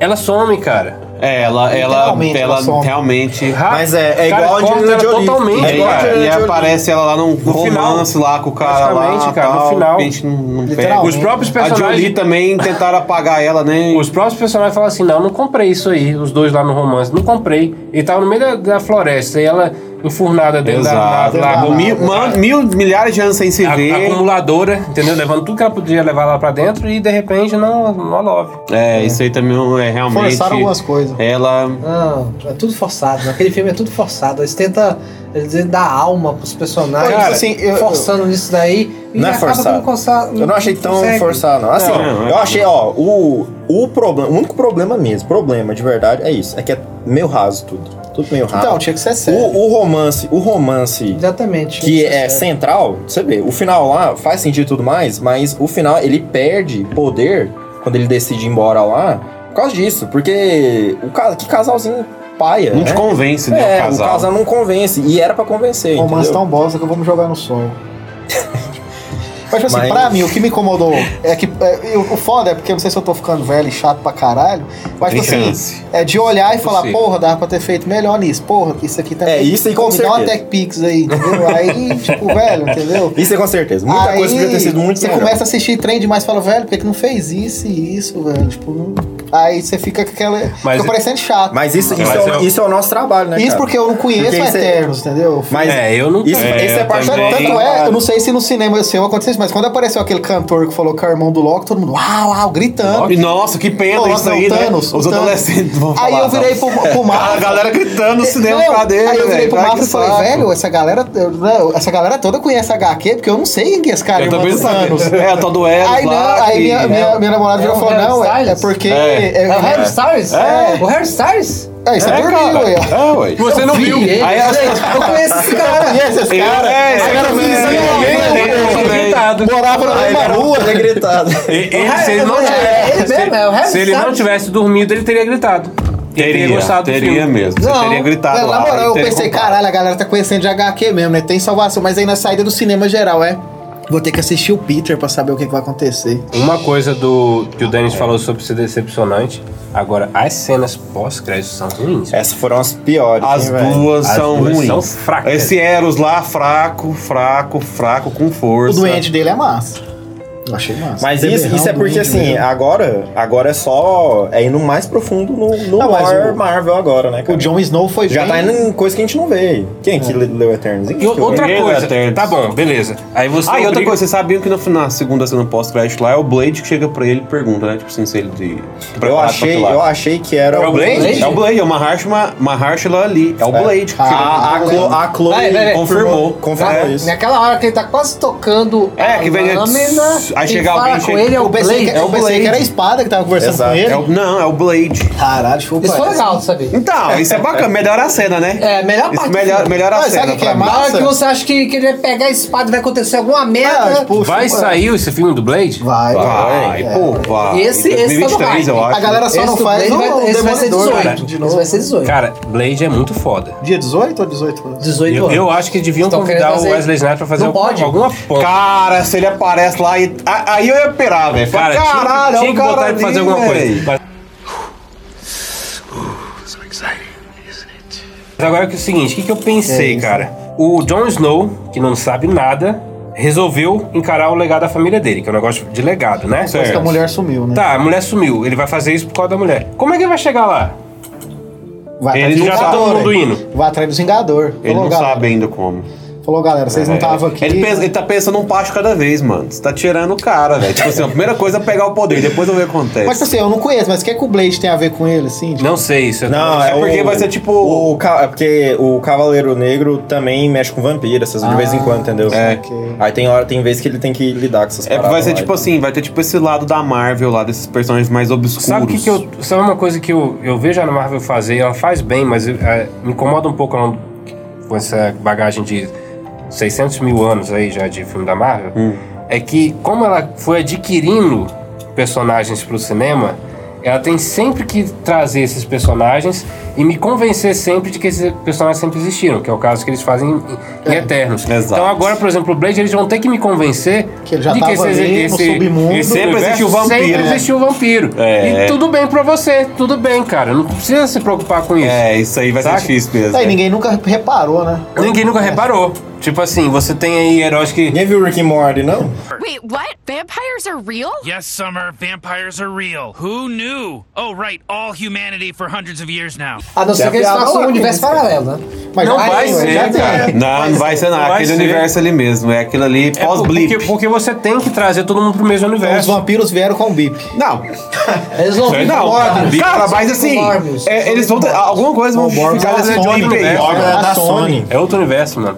Speaker 7: Ela some, cara.
Speaker 2: É, ela, ela,
Speaker 4: Literalmente,
Speaker 2: ela,
Speaker 4: ela some.
Speaker 2: realmente.
Speaker 7: Rápido.
Speaker 1: Mas é- é igual
Speaker 7: Cara,
Speaker 1: a
Speaker 7: corta
Speaker 1: Angelina
Speaker 7: ela
Speaker 1: Jolie.
Speaker 7: totalmente,
Speaker 1: É
Speaker 2: É,
Speaker 1: igual a
Speaker 7: cara.
Speaker 2: cara,
Speaker 1: Angelina
Speaker 2: e
Speaker 1: Jolie.
Speaker 2: aparece ela lá num
Speaker 7: final.
Speaker 2: romance lá com o cara lá.
Speaker 7: Praticamente, cara, no
Speaker 2: tal,
Speaker 7: final.
Speaker 2: A gente não, não pega.
Speaker 4: Literalmente.
Speaker 7: Os próprios
Speaker 2: A Jolie
Speaker 7: personagens
Speaker 2: também tentaram apagar ela, né?
Speaker 7: Os próprios personagens falam assim: não, não comprei isso aí, os dois lá no romance, não comprei. E tava no meio da, da floresta, e ela enfurnada dentro
Speaker 2: Exato.
Speaker 7: da, da, da,
Speaker 2: Mil, man- mil- milhares de anos sem se
Speaker 7: a-
Speaker 2: ver.
Speaker 7: acumuladora, entendeu? Levando tudo que ela podia levar lá pra dentro e de repente não, não love.
Speaker 2: É, isso aí também é realmente.
Speaker 4: Forçaram algumas coisas.
Speaker 2: Ela.
Speaker 3: Não, é tudo forçado. Naquele filme é tudo forçado. Eles tentam eles dar alma pros personagens.
Speaker 4: Cara, assim, eu-
Speaker 3: forçando nisso daí. E
Speaker 1: Não é
Speaker 3: acaba
Speaker 1: forçado.
Speaker 3: não consa-
Speaker 1: Eu não achei tão
Speaker 3: consegue.
Speaker 1: forçado, não. Assim,
Speaker 2: Não, não,
Speaker 1: eu
Speaker 2: é-
Speaker 1: achei, ó, o, o problema, o único problema mesmo, problema de verdade é isso, é que é meio raso tudo. Tudo meio raso.
Speaker 4: Então, tinha que ser sério.
Speaker 1: o, o romance, o romance
Speaker 3: Exatamente.
Speaker 1: que
Speaker 3: Isso
Speaker 1: é
Speaker 3: certo.
Speaker 1: central, você vê, o final lá faz sentido e tudo mais, mas o final ele perde poder quando ele decide ir embora lá por causa disso, porque o ca- que casalzinho paia,
Speaker 2: Não
Speaker 1: né?
Speaker 2: te convence, né?
Speaker 1: é,
Speaker 2: o casal.
Speaker 1: não convence, e era pra convencer,
Speaker 4: romance
Speaker 1: entendeu?
Speaker 4: tão bosta que vamos jogar no sol. Mas, tipo assim,
Speaker 1: Mas-
Speaker 4: pra mim, o que me incomodou é que. é, e o o foda é porque eu não sei se eu tô ficando velho e chato pra caralho. Mas, tipo
Speaker 2: Tem
Speaker 4: assim,
Speaker 2: chance.
Speaker 4: é de olhar e falar,
Speaker 2: Possível.
Speaker 4: porra, dava pra ter feito melhor nisso. Porra, isso aqui tá.
Speaker 1: É, isso aí,
Speaker 4: Pô,
Speaker 1: com
Speaker 4: me dá uma
Speaker 1: certeza.
Speaker 4: Tech Pix aí, entendeu? Aí, tipo, velho, entendeu?
Speaker 1: Isso é com certeza. Muita
Speaker 4: Aí,
Speaker 1: coisa podia ter sido muito
Speaker 4: Você
Speaker 1: melhor.
Speaker 4: começa a assistir trem demais e fala, velho, por que que não fez isso e isso, velho? Tipo, não- aí você fica com aquela.
Speaker 7: Mas-
Speaker 4: fica parecendo chato.
Speaker 1: Mas isso, isso,
Speaker 2: Mas
Speaker 1: é, o-
Speaker 2: eu-
Speaker 1: isso é o nosso trabalho, né,
Speaker 4: isso
Speaker 1: cara?
Speaker 4: porque eu não conheço
Speaker 1: Porque
Speaker 4: a
Speaker 1: isso é-
Speaker 4: Eternos, entendeu?
Speaker 1: Mas
Speaker 7: É, eu não-
Speaker 1: Isso,
Speaker 2: É,
Speaker 1: isso é
Speaker 2: eu
Speaker 1: parte
Speaker 2: também.
Speaker 1: do
Speaker 4: Tanto é, eu não sei se no cinema seu aconteceu isso, mas quando apareceu aquele cantor que falou que é o irmão do Loki, todo mundo uau, uau, gritando.
Speaker 2: E, Nossa, que pena
Speaker 4: Nossa, é
Speaker 2: isso
Speaker 4: o
Speaker 2: aí,
Speaker 4: Thanos,
Speaker 2: né? Os
Speaker 4: o Thanos.
Speaker 2: adolescentes vão
Speaker 4: Aí
Speaker 2: falar, né?
Speaker 4: eu virei pro, pro
Speaker 2: A
Speaker 4: Marvel.
Speaker 2: galera gritando no cinema
Speaker 4: Não,
Speaker 2: pra dele,
Speaker 4: aí eu virei pro
Speaker 2: velho. Ai,
Speaker 4: Marvel e
Speaker 2: que
Speaker 4: falei,
Speaker 2: saco.
Speaker 4: velho, essa galera, eu- não, essa galera toda conhece HQ, porque eu não sei quem que é esse cara,
Speaker 2: Eu
Speaker 4: irmão
Speaker 2: também
Speaker 4: do
Speaker 2: sabia.
Speaker 4: Thanos.
Speaker 2: É, o tal do Eros
Speaker 4: Aí não,
Speaker 2: lá,
Speaker 4: aí
Speaker 2: que-
Speaker 4: minha, minha, minha namorada virou e
Speaker 3: é o
Speaker 4: falou,
Speaker 3: Harry
Speaker 4: não, é, é
Speaker 3: Styles?
Speaker 4: porque...
Speaker 2: É.
Speaker 4: É,
Speaker 3: É o Harry
Speaker 4: é,
Speaker 3: Styles?
Speaker 2: É.
Speaker 3: O Harry Styles?
Speaker 4: isso é,
Speaker 2: É,
Speaker 4: dormiu,
Speaker 2: cara.
Speaker 4: aí, ó.
Speaker 2: É, ué.
Speaker 7: Você não viu?
Speaker 3: ele.
Speaker 2: Aí ela-
Speaker 3: Gente, eu conheço esse cara.
Speaker 4: Conhece esse cara?
Speaker 2: É, esse
Speaker 4: Aí
Speaker 2: cara
Speaker 4: era
Speaker 2: mesmo.
Speaker 4: vizinho,
Speaker 2: É,
Speaker 4: meu,
Speaker 2: é,
Speaker 1: né?
Speaker 4: meu,
Speaker 2: é.
Speaker 4: meu.
Speaker 7: Gritado.
Speaker 4: Morava na mesma rua.
Speaker 1: Ter gritado.
Speaker 7: E- ele- se ele não
Speaker 3: É,
Speaker 7: tivesse-
Speaker 3: ele mesmo, é o Harry
Speaker 7: se ele não
Speaker 3: Styles.
Speaker 7: tivesse dormido, ele teria gritado. ele teria gostado do
Speaker 2: teria
Speaker 7: filme.
Speaker 2: mesmo. Você teria gritado
Speaker 4: mas
Speaker 2: lá.
Speaker 4: é, Na moral,
Speaker 2: aí
Speaker 4: eu
Speaker 2: teria
Speaker 4: pensei,
Speaker 2: comprado.
Speaker 4: caralho, a galera tá conhecendo de HQ mesmo, né? Tem salvação, mas aí na saída do cinema geral, é. Vou ter que assistir o Peter pra saber o que, que vai acontecer.
Speaker 7: Uma coisa do que o Dennis falou sobre ser decepcionante, agora as cenas pós-crédito são ruins.
Speaker 1: Essas foram as piores.
Speaker 2: As
Speaker 1: hein, velho?
Speaker 2: duas
Speaker 7: As
Speaker 2: são
Speaker 7: duas
Speaker 2: ruins.
Speaker 7: são fracas.
Speaker 2: Esse Eros lá, fraco, fraco, fraco, com
Speaker 4: O
Speaker 2: força.
Speaker 4: doente dele é massa. Eu achei massa.
Speaker 1: Mas
Speaker 4: Beberrão,
Speaker 1: isso, isso é porque,
Speaker 4: doente,
Speaker 1: assim,
Speaker 4: beberrão.
Speaker 1: agora, agora é só. É indo mais profundo no, no
Speaker 4: Não, mas
Speaker 1: lore
Speaker 4: o-
Speaker 1: Marvel agora, né,
Speaker 4: O
Speaker 1: cara?
Speaker 4: Jon Snow foi
Speaker 1: Já
Speaker 4: bem...
Speaker 1: tá indo em coisa que a gente não vê. Quem que leu Eternos?
Speaker 7: E o- outra
Speaker 2: Ninguém
Speaker 7: coisa,
Speaker 2: vai ter.
Speaker 7: tá bom, beleza. Aí você
Speaker 2: Ah, e outra
Speaker 7: obriga-
Speaker 2: coisa, vocês sabiam que no final, na segunda cena pós-crédito lá é o Blade que chega pra ele e pergunta, né? Tipo assim, se ele. De...
Speaker 1: Eu achei, eu achei que era
Speaker 7: É o Blade?
Speaker 2: É o Blade, é o Maharshma, Maharshla ali. É o Blade. que chega
Speaker 1: A, a, Clo- É. a Chloe
Speaker 3: Vai, vai, vai.
Speaker 1: confirmou.
Speaker 2: Confirmou.
Speaker 1: Confirmou
Speaker 2: É.
Speaker 1: isso.
Speaker 3: Naquela hora que ele tá quase tocando
Speaker 2: É,
Speaker 3: a
Speaker 2: que vem-
Speaker 3: lâmina,
Speaker 2: aí
Speaker 3: e
Speaker 2: chega
Speaker 3: fala
Speaker 2: alguém,
Speaker 3: com
Speaker 2: chega-
Speaker 3: ele, é o
Speaker 4: Eu pensei,
Speaker 3: Blade.
Speaker 4: que, eu
Speaker 3: É o
Speaker 4: pensei
Speaker 3: Blade.
Speaker 4: que era a espada que tava conversando
Speaker 1: Exato.
Speaker 4: com ele.
Speaker 2: É o- Não, é o Blade.
Speaker 4: Caralho, foi
Speaker 3: Isso foi legal de saber.
Speaker 2: Então, isso é bacana. Melhora a cena, né?
Speaker 3: É, melhor
Speaker 2: Isso
Speaker 3: parte.
Speaker 2: melhor, melhora a
Speaker 4: Mas sabe
Speaker 2: cena
Speaker 4: o que é
Speaker 2: pra mim.
Speaker 3: Na hora
Speaker 4: Massa.
Speaker 3: que você acha que, que ele vai pegar a espada e vai acontecer alguma
Speaker 4: É,
Speaker 3: merda.
Speaker 4: tipo,
Speaker 7: Vai sair esse filme do Blade?
Speaker 4: Vai,
Speaker 2: Vai, pô, vai.
Speaker 3: Esse- esse tá no
Speaker 2: 2023, eu
Speaker 3: hype.
Speaker 2: acho.
Speaker 4: A galera só
Speaker 3: esse
Speaker 4: não
Speaker 3: do
Speaker 4: faz
Speaker 3: Blade
Speaker 4: o- o
Speaker 3: vai, esse vai ser
Speaker 4: Demolidor,
Speaker 3: 18.
Speaker 4: cara, de novo.
Speaker 3: né? Esse vai ser 18.
Speaker 7: Cara, Blade é muito foda.
Speaker 4: Dia 18 ou 18 anos?
Speaker 3: 18
Speaker 7: Eu,
Speaker 3: anos.
Speaker 7: eu acho que deviam
Speaker 3: Estão
Speaker 7: convidar
Speaker 3: querendo
Speaker 7: o
Speaker 3: fazer-
Speaker 7: Wesley Snipes pra fazer
Speaker 3: Não
Speaker 7: alguma,
Speaker 3: pode.
Speaker 7: alguma porra.
Speaker 2: Cara, se ele aparece lá e. a- Aí eu ia pirar, velho. Fala,
Speaker 7: tinha que-
Speaker 2: Caralho,
Speaker 7: tinha
Speaker 2: é um
Speaker 7: que
Speaker 2: cara
Speaker 7: botar ele pra fazer
Speaker 2: ali,
Speaker 7: alguma
Speaker 2: velho."
Speaker 7: coisa. Mas
Speaker 8: So exciting, isn't it?
Speaker 7: agora que é o seguinte, o que, que eu
Speaker 2: É
Speaker 7: pensei, cara? O Jon Snow, que não sabe nada, resolveu encarar o legado da família dele, que é um negócio de legado, né?
Speaker 4: Porque a mulher sumiu, né?
Speaker 7: Tá, a mulher sumiu. Ele vai fazer isso por causa da mulher. Como é que ele vai chegar lá?
Speaker 4: Vai
Speaker 7: Ele
Speaker 4: atrás dos
Speaker 7: já tá todo
Speaker 4: Vingadores.
Speaker 7: mundo indo.
Speaker 4: Vai atrás do Vingador.
Speaker 2: Ele não
Speaker 4: galera.
Speaker 2: sabe ainda como.
Speaker 4: Falou, galera, vocês
Speaker 7: É.
Speaker 4: não estavam aqui.
Speaker 2: Ele, pensa- ele tá pensando um passo cada vez, mano. Você tá tirando o cara, velho. Tipo assim, a primeira coisa é pegar o poder, depois eu ver o que acontece.
Speaker 4: Mas assim, eu não conheço, mas o que, é que o Blade tem a ver com ele, assim? Tipo,
Speaker 7: Não sei, isso é...
Speaker 1: Não,
Speaker 2: É porque vai ser tipo-
Speaker 1: O, ca- é porque o Cavaleiro Negro também mexe com vampiro, essas de vez em quando, entendeu?
Speaker 2: É.
Speaker 4: ok.
Speaker 1: Aí tem hora, tem vez que ele tem que lidar com essas
Speaker 2: É,
Speaker 1: paradas.
Speaker 2: vai ser
Speaker 1: lá,
Speaker 2: tipo
Speaker 1: então.
Speaker 2: assim, vai ter tipo esse lado da Marvel lá, desses personagens mais obscuros.
Speaker 7: Sabe o que, que eu. Sabe uma coisa que eu, eu vejo a Ana Marvel fazer, e ela faz bem, mas eu- é, me incomoda um pouco ela- com essa bagagem de 600 mil anos aí já de filme da Marvel.
Speaker 2: Hum.
Speaker 7: É que, como ela foi adquirindo personagens pro cinema, ela tem sempre que trazer esses personagens e me convencer sempre de que esses personagens sempre existiram, que é o caso que eles fazem em, em Eternos.
Speaker 2: É, exato.
Speaker 7: Então, agora, por exemplo, o Blade, eles vão ter que me convencer
Speaker 4: Que ele já tava ali no submundo.
Speaker 2: Sempre existiu
Speaker 7: universo
Speaker 2: vampiro,
Speaker 7: Sempre
Speaker 2: né?
Speaker 7: existiu vampiro.
Speaker 2: É.
Speaker 7: E tudo bem pra você, tudo bem, cara. Não precisa se preocupar com isso.
Speaker 2: É, isso aí vai
Speaker 7: Saca?
Speaker 2: ser difícil mesmo.
Speaker 1: É.
Speaker 4: Aí ninguém nunca reparou, né?
Speaker 7: Ninguém nunca reparou. Tipo assim, você tem aí heróis que.
Speaker 1: Ninguém viu Rick and Morty, não?
Speaker 6: Wait, what? Vampires are real?
Speaker 9: Yes, Summer, vampires are real. Who knew? Oh, right, all humanity for hundreds of years now.
Speaker 3: A não ser que eles
Speaker 1: piada
Speaker 3: façam
Speaker 1: lá,
Speaker 3: um universo paralelo, né?
Speaker 4: Mas
Speaker 7: Não
Speaker 4: já
Speaker 7: vai
Speaker 4: tem,
Speaker 7: ser,
Speaker 4: já tem.
Speaker 7: cara.
Speaker 2: Não, não vai ser
Speaker 7: não
Speaker 2: nada.
Speaker 7: vai
Speaker 2: Aquele
Speaker 7: ser.
Speaker 2: universo ali mesmo. É aquilo ali
Speaker 7: É
Speaker 2: pós-blip.
Speaker 7: porque, porque você tem que trazer todo mundo pro mesmo
Speaker 2: É.
Speaker 4: Então, os
Speaker 7: universo.
Speaker 4: vampiros vieram com o bip.
Speaker 2: Não,
Speaker 3: Eles vão vir
Speaker 2: não.
Speaker 3: com Morbius.
Speaker 2: Cara, mas assim,
Speaker 3: Morbius.
Speaker 2: é, eles vão ter, alguma coisa vão
Speaker 4: Morbius
Speaker 2: justificar
Speaker 4: é
Speaker 2: esse
Speaker 4: da Sony,
Speaker 2: Johnny
Speaker 7: né?
Speaker 2: Page.
Speaker 1: É
Speaker 4: da
Speaker 1: da
Speaker 4: Sony.
Speaker 1: Sony.
Speaker 7: É outro universo, mano.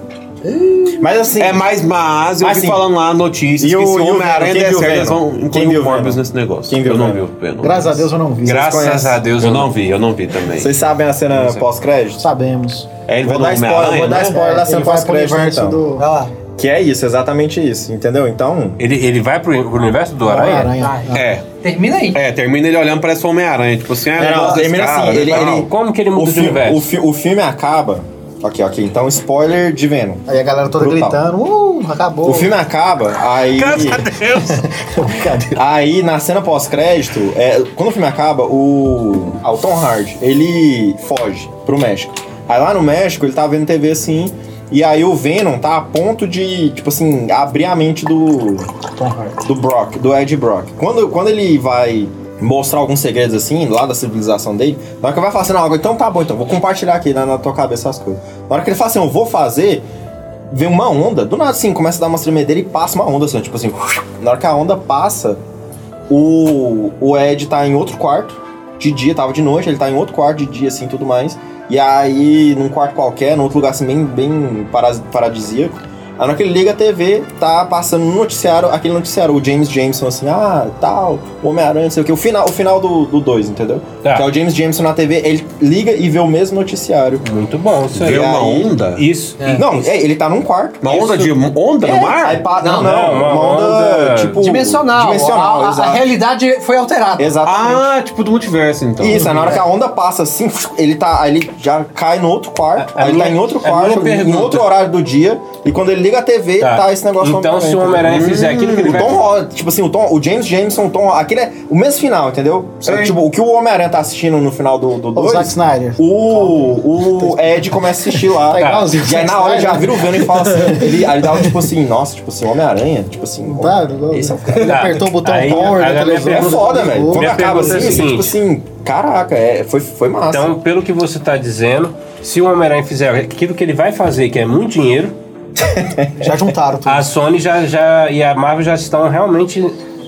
Speaker 1: Mas assim.
Speaker 2: É mais mas eu
Speaker 1: Mas,
Speaker 2: vi
Speaker 1: assim,
Speaker 2: falando lá notícias
Speaker 1: e
Speaker 2: que
Speaker 1: o-
Speaker 2: se
Speaker 1: e o
Speaker 2: o
Speaker 1: Venom? Quem
Speaker 2: Homem-Aranha der
Speaker 1: viu
Speaker 2: certo,
Speaker 1: Venom?
Speaker 2: eles vão
Speaker 1: Quem
Speaker 2: incluir
Speaker 1: viu
Speaker 2: o Morbius
Speaker 1: Venom?
Speaker 2: nesse negócio.
Speaker 1: Quem viu
Speaker 2: eu não vi
Speaker 1: Venom?
Speaker 2: o Venom.
Speaker 4: Graças a Deus eu não vi.
Speaker 7: Graças
Speaker 1: conhecem?
Speaker 7: a Deus
Speaker 2: eu não vi, eu não vi também.
Speaker 1: Vocês sabem a cena pós-crédito?
Speaker 4: Sabemos. É,
Speaker 2: É, ele
Speaker 1: Vou
Speaker 2: vai
Speaker 1: dar
Speaker 2: no
Speaker 1: spoiler, vou
Speaker 2: Homem-Aranha,
Speaker 1: dar
Speaker 2: né?
Speaker 1: spoiler da
Speaker 4: Ele
Speaker 1: cena
Speaker 4: vai pro
Speaker 1: pós-crédito.
Speaker 4: universo
Speaker 1: então.
Speaker 4: do...
Speaker 3: Vai lá.
Speaker 1: Que é isso, exatamente isso, entendeu? Então.
Speaker 7: Ele, ele vai pro, pro universo do Aranha?
Speaker 4: Aranha.
Speaker 3: Vai.
Speaker 2: É,
Speaker 3: Termina
Speaker 7: tipo
Speaker 3: aí.
Speaker 2: é, termina ele olhando, parece o Homem-Aranha. Tipo assim, ah, eu
Speaker 1: É, Não,
Speaker 2: gosto desse
Speaker 1: termina
Speaker 2: cara,
Speaker 1: assim, ele-
Speaker 2: tal.
Speaker 1: ele-
Speaker 2: é
Speaker 7: Como que ele muda
Speaker 1: o
Speaker 7: de
Speaker 1: filme,
Speaker 7: universo?
Speaker 1: o fi- o filme acaba Aqui, aqui. Então, spoiler de Venom.
Speaker 4: Aí a galera toda
Speaker 1: Brutal.
Speaker 4: gritando, uh, acabou.
Speaker 1: O filme acaba, aí.
Speaker 7: Graças a Deus.
Speaker 4: Brincadeira.
Speaker 1: Aí, na cena pós-crédito, é, quando o filme acaba, o, ah, o Tom Hardy, ele foge pro México. Aí lá no México, ele tá vendo TV assim, e aí o Venom tá a ponto de, tipo assim, abrir a mente do,
Speaker 4: Tom Hardy.
Speaker 1: do Brock, do Ed Brock. Quando, quando ele vai mostrar alguns segredos assim, lá da civilização dele, na hora que ele vai falar assim, não, agora então tá bom, então vou compartilhar aqui na, na tua cabeça as coisas. Na hora que ele fala assim, eu vou fazer, vem uma onda, do nada assim, começa a dar uma tremedeira e passa uma onda assim, tipo assim, na hora que a onda passa, o, o Ed tá em outro quarto, de dia, tava de noite, ele tá em outro quarto de dia assim, tudo mais. E aí, num quarto qualquer, num outro lugar assim, bem, bem paras- paradisíaco. Aí, na hora que ele liga a TV, tá passando no noticiário, aquele noticiário, o James Jameson, assim, ah, tal, o Homem-Aranha, não sei o que, o final, o final do 2, dois, entendeu?
Speaker 7: Tá.
Speaker 1: Que é o James Jameson na TV, ele liga e vê o mesmo noticiário.
Speaker 7: É Muito bom isso aí.
Speaker 1: Deu uma
Speaker 2: onda?
Speaker 7: Isso.
Speaker 1: Não, é, ele tá num quarto.
Speaker 2: Uma onda de onda no
Speaker 1: É, Aí,
Speaker 2: mar?
Speaker 1: pa- não,
Speaker 3: Não,
Speaker 1: não,
Speaker 7: não,
Speaker 1: uma,
Speaker 7: uma
Speaker 1: onda,
Speaker 7: onda
Speaker 1: tipo...
Speaker 3: Dimensional.
Speaker 1: Dimensional,
Speaker 3: a, a- a,
Speaker 1: exato.
Speaker 3: realidade foi alterada.
Speaker 1: Exatamente.
Speaker 2: Ah, tipo do multiverso, então.
Speaker 1: Isso, aí na hora
Speaker 7: é.
Speaker 1: que a onda passa assim, ele tá. aí Ele já cai no outro quarto,
Speaker 7: A- a
Speaker 1: aí ele tá
Speaker 7: minha-
Speaker 1: em outro
Speaker 7: a É, minha
Speaker 1: quarto, em
Speaker 7: pergunta-
Speaker 1: outro horário do dia, e quando ele liga a TV, tá, esse negócio
Speaker 7: Então, se o
Speaker 1: completamente.
Speaker 7: Homem-Aranha fizer aquilo que ele
Speaker 1: O
Speaker 7: vai
Speaker 1: Tom Holland, tipo assim, o, Tom, o James Jameson, o Tom Holland, aquele é o mesmo final, entendeu?
Speaker 2: Sim.
Speaker 1: Tipo, o que o Homem-Aranha tá assistindo no final do 2.
Speaker 4: O Zack Snyder.
Speaker 1: O, o Ed começa a assistir lá.
Speaker 4: Tá igualzinho o
Speaker 1: E aí
Speaker 4: Zack
Speaker 1: na hora
Speaker 4: Snyder.
Speaker 1: já vira o Venom e fala assim. Ele, aí ele dá tipo assim, nossa, tipo assim, Homem-Aranha, tipo assim,
Speaker 4: Tá, igual-
Speaker 1: esse é o cara.
Speaker 4: Ele
Speaker 7: Tá.
Speaker 4: apertou o botão
Speaker 7: Aí-
Speaker 4: power
Speaker 7: aí
Speaker 4: da
Speaker 7: a minha
Speaker 1: É
Speaker 4: televisão.
Speaker 1: foda,
Speaker 4: ligou.
Speaker 1: velho. Quando
Speaker 7: Minha
Speaker 1: acaba
Speaker 7: pergunta é
Speaker 1: assim,
Speaker 7: a
Speaker 1: assim, tipo assim, caraca, é, foi, foi massa.
Speaker 7: Então, pelo que você tá dizendo, se o Homem-Aranha fizer aquilo que ele vai fazer, que é muito dinheiro,
Speaker 4: Já juntaram tudo.
Speaker 7: a Sony já, já e a Marvel já estão realmente,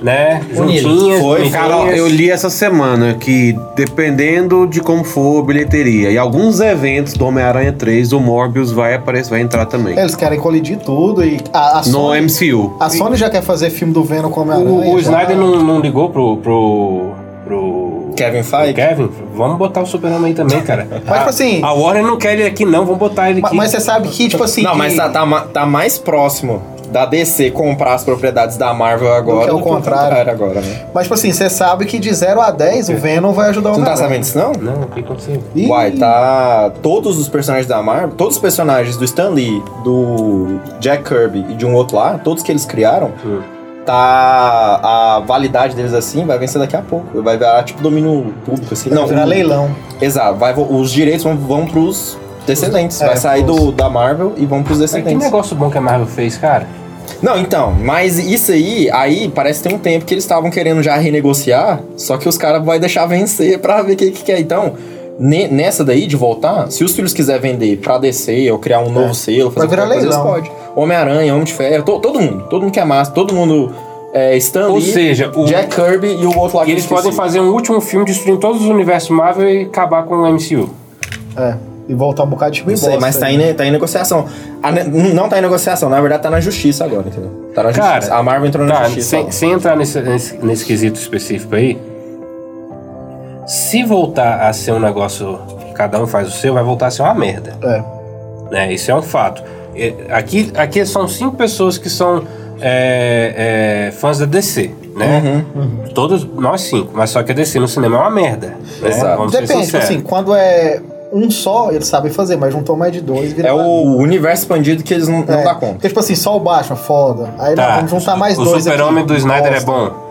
Speaker 7: né, juntinhas.
Speaker 1: Foi,
Speaker 7: bonitinhas.
Speaker 2: Cara, eu li essa semana que dependendo de como for a bilheteria e alguns eventos do Homem-Aranha 3, o Morbius vai aparecer, vai entrar também.
Speaker 4: Eles querem colidir tudo e a, a
Speaker 2: No
Speaker 4: Sony,
Speaker 2: MCU.
Speaker 4: a Sony já quer fazer filme do Venom como a
Speaker 7: O, o Snyder não, não ligou pro. pro. pro.
Speaker 1: Kevin Feige?
Speaker 7: pro Kevin? Vamos botar o Superman aí também, cara.
Speaker 4: Mas, tipo assim-
Speaker 7: A Warner não quer ele aqui, não. Vamos botar ele
Speaker 4: Mas,
Speaker 7: aqui.
Speaker 4: mas você sabe que, tipo assim.
Speaker 1: não,
Speaker 4: que-
Speaker 1: mas tá, tá, ma- tá mais próximo da DC comprar as propriedades da Marvel agora.
Speaker 4: que é o
Speaker 1: do que
Speaker 4: contrário.
Speaker 1: agora, né?
Speaker 4: Mas, tipo assim, você sabe que de 0 a 10 o Venom vai ajudar o
Speaker 1: Você não tá
Speaker 4: Homem-Aranha.
Speaker 1: sabendo disso, não?
Speaker 7: Não, o que aconteceu?
Speaker 4: Ih.
Speaker 1: Uai, tá. Todos os personagens da Marvel, todos os personagens do Stan Lee, do Jack Kirby e de um outro lá, todos que eles criaram,
Speaker 7: Hum.
Speaker 1: tá. A validade deles assim vai vencer daqui a pouco. Vai virar tipo domínio público, assim.
Speaker 4: Vai virar
Speaker 1: o-
Speaker 4: leilão.
Speaker 1: Exato, vai, vo- os direitos vão, vão pros descendentes.
Speaker 4: É,
Speaker 1: vai sair
Speaker 4: pros-
Speaker 1: do, da Marvel e vão pros
Speaker 7: Cara, É Que
Speaker 1: descendentes.
Speaker 7: negócio bom que a Marvel fez, cara.
Speaker 1: Não, então, mas isso aí, aí parece que tem um tempo que eles estavam querendo já renegociar, só que os caras vão deixar vencer pra ver o que, que que é. Então, ne- nessa daí de voltar, se os filhos quiserem vender pra descer ou criar um novo selo, fazer
Speaker 4: É, Vai virar
Speaker 1: qualquer coisa, eles
Speaker 4: leilão.
Speaker 1: podem. Homem-Aranha, Homem de Ferro, to- todo mundo, todo mundo que é massa, todo mundo é Stan
Speaker 7: Ou
Speaker 1: Lee,
Speaker 7: seja, o-
Speaker 1: Jack Kirby e o outro lá que
Speaker 7: E
Speaker 1: eu
Speaker 7: eles podem
Speaker 1: esqueci.
Speaker 7: fazer um último filme destruindo todos os universos Marvel e acabar com o MCU.
Speaker 4: É. E voltar um bocado de
Speaker 1: Não
Speaker 4: filme
Speaker 1: sei,
Speaker 4: bosta
Speaker 1: mas tá
Speaker 4: aí.
Speaker 1: em,
Speaker 7: né?
Speaker 1: tá em negociação. A ne- não tá em negociação, na verdade tá na justiça agora, entendeu? Tá na
Speaker 7: Cara,
Speaker 1: justiça. A Marvel entrou na
Speaker 7: Tá,
Speaker 1: justiça.
Speaker 7: sem,
Speaker 1: lá.
Speaker 7: sem entrar nesse, nesse, nesse quesito específico aí, se voltar a ser um negócio, cada um faz o seu, vai voltar a ser uma merda.
Speaker 4: É.
Speaker 7: né? Isso é um fato. E- Aqui, aqui são cinco pessoas que são é, é, fãs da DC, né?
Speaker 1: Uhum.
Speaker 4: Uhum.
Speaker 7: Todos, nós cinco, mas só que a DC no cinema é uma merda. né?
Speaker 1: Exato.
Speaker 7: Vamos ser
Speaker 4: Depende, tipo
Speaker 7: sinceros.
Speaker 4: assim, quando é um só, eles sabem fazer, mas juntou mais de dois, vira
Speaker 1: É o
Speaker 4: uma-
Speaker 1: universo expandido que eles não, não
Speaker 4: É,
Speaker 1: dá conta.
Speaker 4: Porque, tipo assim, só o Batman, foda. Aí
Speaker 7: Tá,
Speaker 4: não, vamos juntar mais
Speaker 7: o
Speaker 4: dois aqui.
Speaker 7: super-homem do Snyder
Speaker 4: Bosta.
Speaker 7: é bom.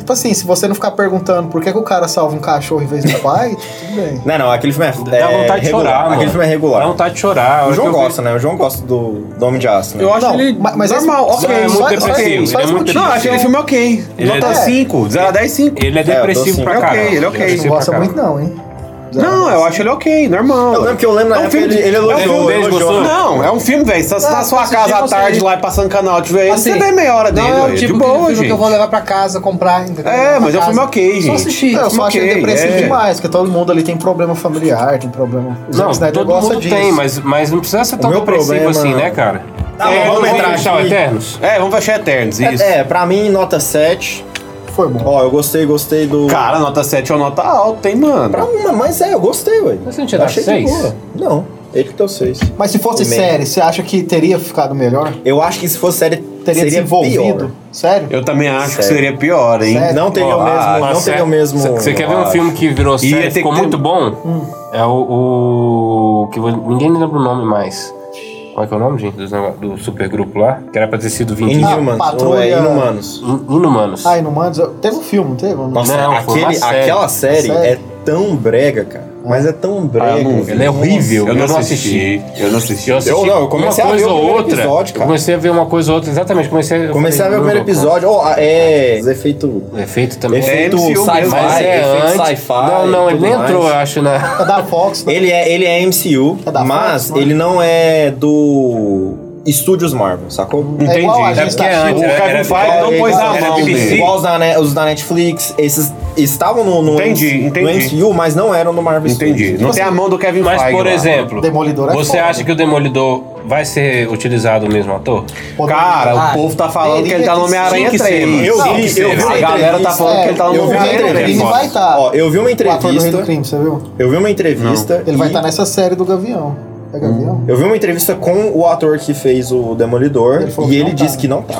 Speaker 4: Tipo assim, se você não ficar perguntando por que, que o cara salva um cachorro em vez do pai, tudo bem.
Speaker 1: Não, não, aquele filme é.
Speaker 7: Dá
Speaker 1: é
Speaker 7: vontade de
Speaker 1: regular.
Speaker 7: chorar, mano.
Speaker 1: Aquele filme é regular.
Speaker 7: Dá vontade de chorar. A
Speaker 1: o
Speaker 7: hora
Speaker 1: João
Speaker 7: que eu vi-
Speaker 1: gosta, né? O João gosta do, do Homem de Aço, né?
Speaker 2: Eu acho
Speaker 4: Não,
Speaker 2: ele
Speaker 4: ma- mas esse-
Speaker 2: normal,
Speaker 4: só-
Speaker 2: ok.
Speaker 7: é muito
Speaker 2: só-
Speaker 4: só-
Speaker 7: depressivo,
Speaker 4: só
Speaker 7: ele é
Speaker 4: esse
Speaker 7: muito
Speaker 4: motivo.
Speaker 2: Não, eu achei ele filme ok.
Speaker 7: Ele
Speaker 2: Nota
Speaker 7: é-
Speaker 2: 5, 0 a 10, 5.
Speaker 7: Ele é
Speaker 1: eu tô
Speaker 7: depressivo
Speaker 1: assim,
Speaker 7: pra
Speaker 1: ele
Speaker 2: é ok,
Speaker 7: caralho.
Speaker 2: ele é ok.
Speaker 7: depressivo
Speaker 4: Não gosta
Speaker 7: pra
Speaker 4: muito,
Speaker 7: caralho.
Speaker 4: não, hein?
Speaker 2: Não, eu acho ele ok, normal.
Speaker 1: Eu lembro que eu lembro na
Speaker 2: É um
Speaker 1: época
Speaker 2: filme
Speaker 1: ele,
Speaker 2: de-
Speaker 1: ele
Speaker 2: é um
Speaker 1: elogiou.
Speaker 7: filme dele,
Speaker 1: ele elogiou.
Speaker 7: gostou?
Speaker 2: Não, é um filme, velho. Se você tá na sua casa à
Speaker 4: você
Speaker 2: tarde
Speaker 4: vê.
Speaker 2: lá e passando canal, tiver ele,
Speaker 4: Assim,
Speaker 2: você vê meia hora dele.
Speaker 3: não é
Speaker 2: velho,
Speaker 3: o tipo
Speaker 2: de
Speaker 3: de
Speaker 2: boa,
Speaker 3: filme que eu vou
Speaker 2: gente.
Speaker 3: levar pra casa, comprar, entendeu?
Speaker 2: É,
Speaker 3: Pra
Speaker 2: mas é um
Speaker 3: casa.
Speaker 2: filme ok,
Speaker 3: Só
Speaker 2: gente.
Speaker 3: assistir.
Speaker 4: Não, eu só
Speaker 2: filme
Speaker 4: acho ele
Speaker 2: ok,
Speaker 4: depressivo
Speaker 2: é.
Speaker 4: demais, porque todo mundo ali tem problema familiar, tem problema. O Zack
Speaker 7: Não,
Speaker 4: Snyder
Speaker 7: todo
Speaker 4: gosta
Speaker 7: mundo
Speaker 4: disso.
Speaker 7: tem, mas, mas não precisa ser tão
Speaker 1: meu
Speaker 7: depressivo
Speaker 1: problema-
Speaker 7: assim, né, cara?
Speaker 1: Tá, mas vamos entrar
Speaker 7: fechar o
Speaker 1: aqui.
Speaker 7: Eternos?
Speaker 2: É, vamos fechar Eternos, isso.
Speaker 1: É, pra mim, nota 7.
Speaker 4: Foi bom.
Speaker 1: Ó, eu gostei, gostei do.
Speaker 2: Cara, nota 7 é uma nota alta, hein, mano?
Speaker 1: Pra uma, mas é, eu gostei, ué.
Speaker 7: Mas você não tinha dado
Speaker 1: Achei de
Speaker 7: seis?
Speaker 1: boa. Não, ele que deu 6.
Speaker 4: Mas se fosse
Speaker 1: E meio.
Speaker 4: série, você acha que teria ficado melhor?
Speaker 1: Eu acho que se fosse série,
Speaker 4: teria
Speaker 1: Seria
Speaker 4: desenvolvido.
Speaker 1: pior.
Speaker 4: Sério?
Speaker 2: Eu também acho que
Speaker 1: Sério.
Speaker 2: seria pior, hein?
Speaker 4: Sério?
Speaker 1: Não teria o mesmo.
Speaker 2: Ah,
Speaker 1: Não teria o mesmo. Ah,
Speaker 7: Você quer ver
Speaker 2: eu
Speaker 7: um
Speaker 2: acho.
Speaker 7: filme que virou
Speaker 2: Ia ter
Speaker 7: série
Speaker 2: que
Speaker 7: e ficou
Speaker 2: ter-
Speaker 7: muito bom? É o. o que vo- ninguém lembra o nome mais. Qual é, que é o nome, gente? Dos nego- Do, supergrupo lá? Que era pra ter sido 20
Speaker 1: Inhumans. ou é
Speaker 4: Patrulha-
Speaker 1: Inumanos.
Speaker 7: Inumanos.
Speaker 4: Ah, Inumanos. eu- Teve um filme, não teve? Não.
Speaker 1: Nossa,
Speaker 7: Não, foi uma
Speaker 1: aquele,
Speaker 7: série.
Speaker 1: aquela série
Speaker 4: Série.
Speaker 1: é tão brega, cara. Mas é tão brega.
Speaker 2: Ah, eu não vi.
Speaker 1: velho.
Speaker 7: Ele é horrível.
Speaker 2: Eu não
Speaker 7: Eu não
Speaker 2: assisti. Eu não assisti.
Speaker 7: assisti
Speaker 1: Eu não, eu comecei
Speaker 7: uma
Speaker 1: a ver
Speaker 7: coisa
Speaker 1: o
Speaker 7: ou
Speaker 1: primeiro
Speaker 7: outra.
Speaker 1: episódio,
Speaker 7: Eu
Speaker 1: cara.
Speaker 7: comecei a ver uma coisa ou outra, exatamente. Comecei, eu
Speaker 1: Comecei a
Speaker 7: falei,
Speaker 1: ver o
Speaker 7: não
Speaker 1: primeiro
Speaker 7: dou
Speaker 1: episódio. Oh, ah, é. Efeito.
Speaker 7: conta. Efeito também.
Speaker 1: Efeito
Speaker 2: MCU mesmo,
Speaker 1: sci-fi.
Speaker 7: Mas é
Speaker 1: efeito
Speaker 7: antes.
Speaker 1: sci-fi.
Speaker 7: Não, não,
Speaker 1: e
Speaker 7: ele nem
Speaker 1: tudo
Speaker 7: entrou,
Speaker 1: mais.
Speaker 7: eu acho, na.
Speaker 4: É da Fox, né?
Speaker 1: Ele é, ele é MCU,
Speaker 4: É da Fox,
Speaker 1: mas
Speaker 4: não é?
Speaker 1: ele não é do Estúdios Marvel, sacou?
Speaker 4: É igual a
Speaker 2: Entendi.
Speaker 7: É
Speaker 4: gente
Speaker 7: porque
Speaker 4: da
Speaker 7: é
Speaker 4: Shield.
Speaker 7: antes.
Speaker 2: O
Speaker 7: Era-
Speaker 2: Kevin
Speaker 7: era-
Speaker 2: Feige né? não
Speaker 4: é
Speaker 1: era-
Speaker 2: pôs a
Speaker 1: era
Speaker 2: mão
Speaker 1: BBC.
Speaker 2: dele.
Speaker 1: Igual os da, Ne- os da Netflix, esses estavam no, no,
Speaker 2: Entendi,
Speaker 1: no
Speaker 2: entendi.
Speaker 1: MCU, mas não eram no Marvel
Speaker 2: Entendi.
Speaker 1: Studios.
Speaker 2: Não tem a mão do Kevin Feige.
Speaker 7: Mas, por
Speaker 2: lá.
Speaker 7: exemplo,
Speaker 4: Demolidor é
Speaker 7: você
Speaker 4: foda.
Speaker 7: acha que o Demolidor vai ser utilizado o mesmo ator?
Speaker 2: Cara, o povo tá falando que ele tá no Homem-Aranha
Speaker 7: Tinha que ser,
Speaker 2: 3.
Speaker 7: mano.
Speaker 1: Eu
Speaker 7: Não,
Speaker 1: vi,
Speaker 7: que
Speaker 1: eu vi
Speaker 7: será?
Speaker 1: uma
Speaker 2: A galera tá
Speaker 1: entrevista-
Speaker 4: é,
Speaker 2: falando que ele tá no
Speaker 1: eu vi uma
Speaker 2: Homem-Aranha
Speaker 1: entrevista-
Speaker 2: três,
Speaker 4: Ele
Speaker 2: mano.
Speaker 4: vai tá estar.
Speaker 1: Ó, eu vi uma
Speaker 4: O ator do Rei do
Speaker 1: entrevista,
Speaker 4: Crime, você viu?
Speaker 1: eu vi uma entrevista.
Speaker 4: Ele vai
Speaker 1: e-
Speaker 4: estar nessa série do Gavião. É Gavião?
Speaker 1: Eu vi uma entrevista com o ator que fez o Demolidor
Speaker 4: Ele falou
Speaker 1: e
Speaker 4: que
Speaker 1: ele
Speaker 4: não
Speaker 1: disse
Speaker 4: tá.
Speaker 1: que não tá.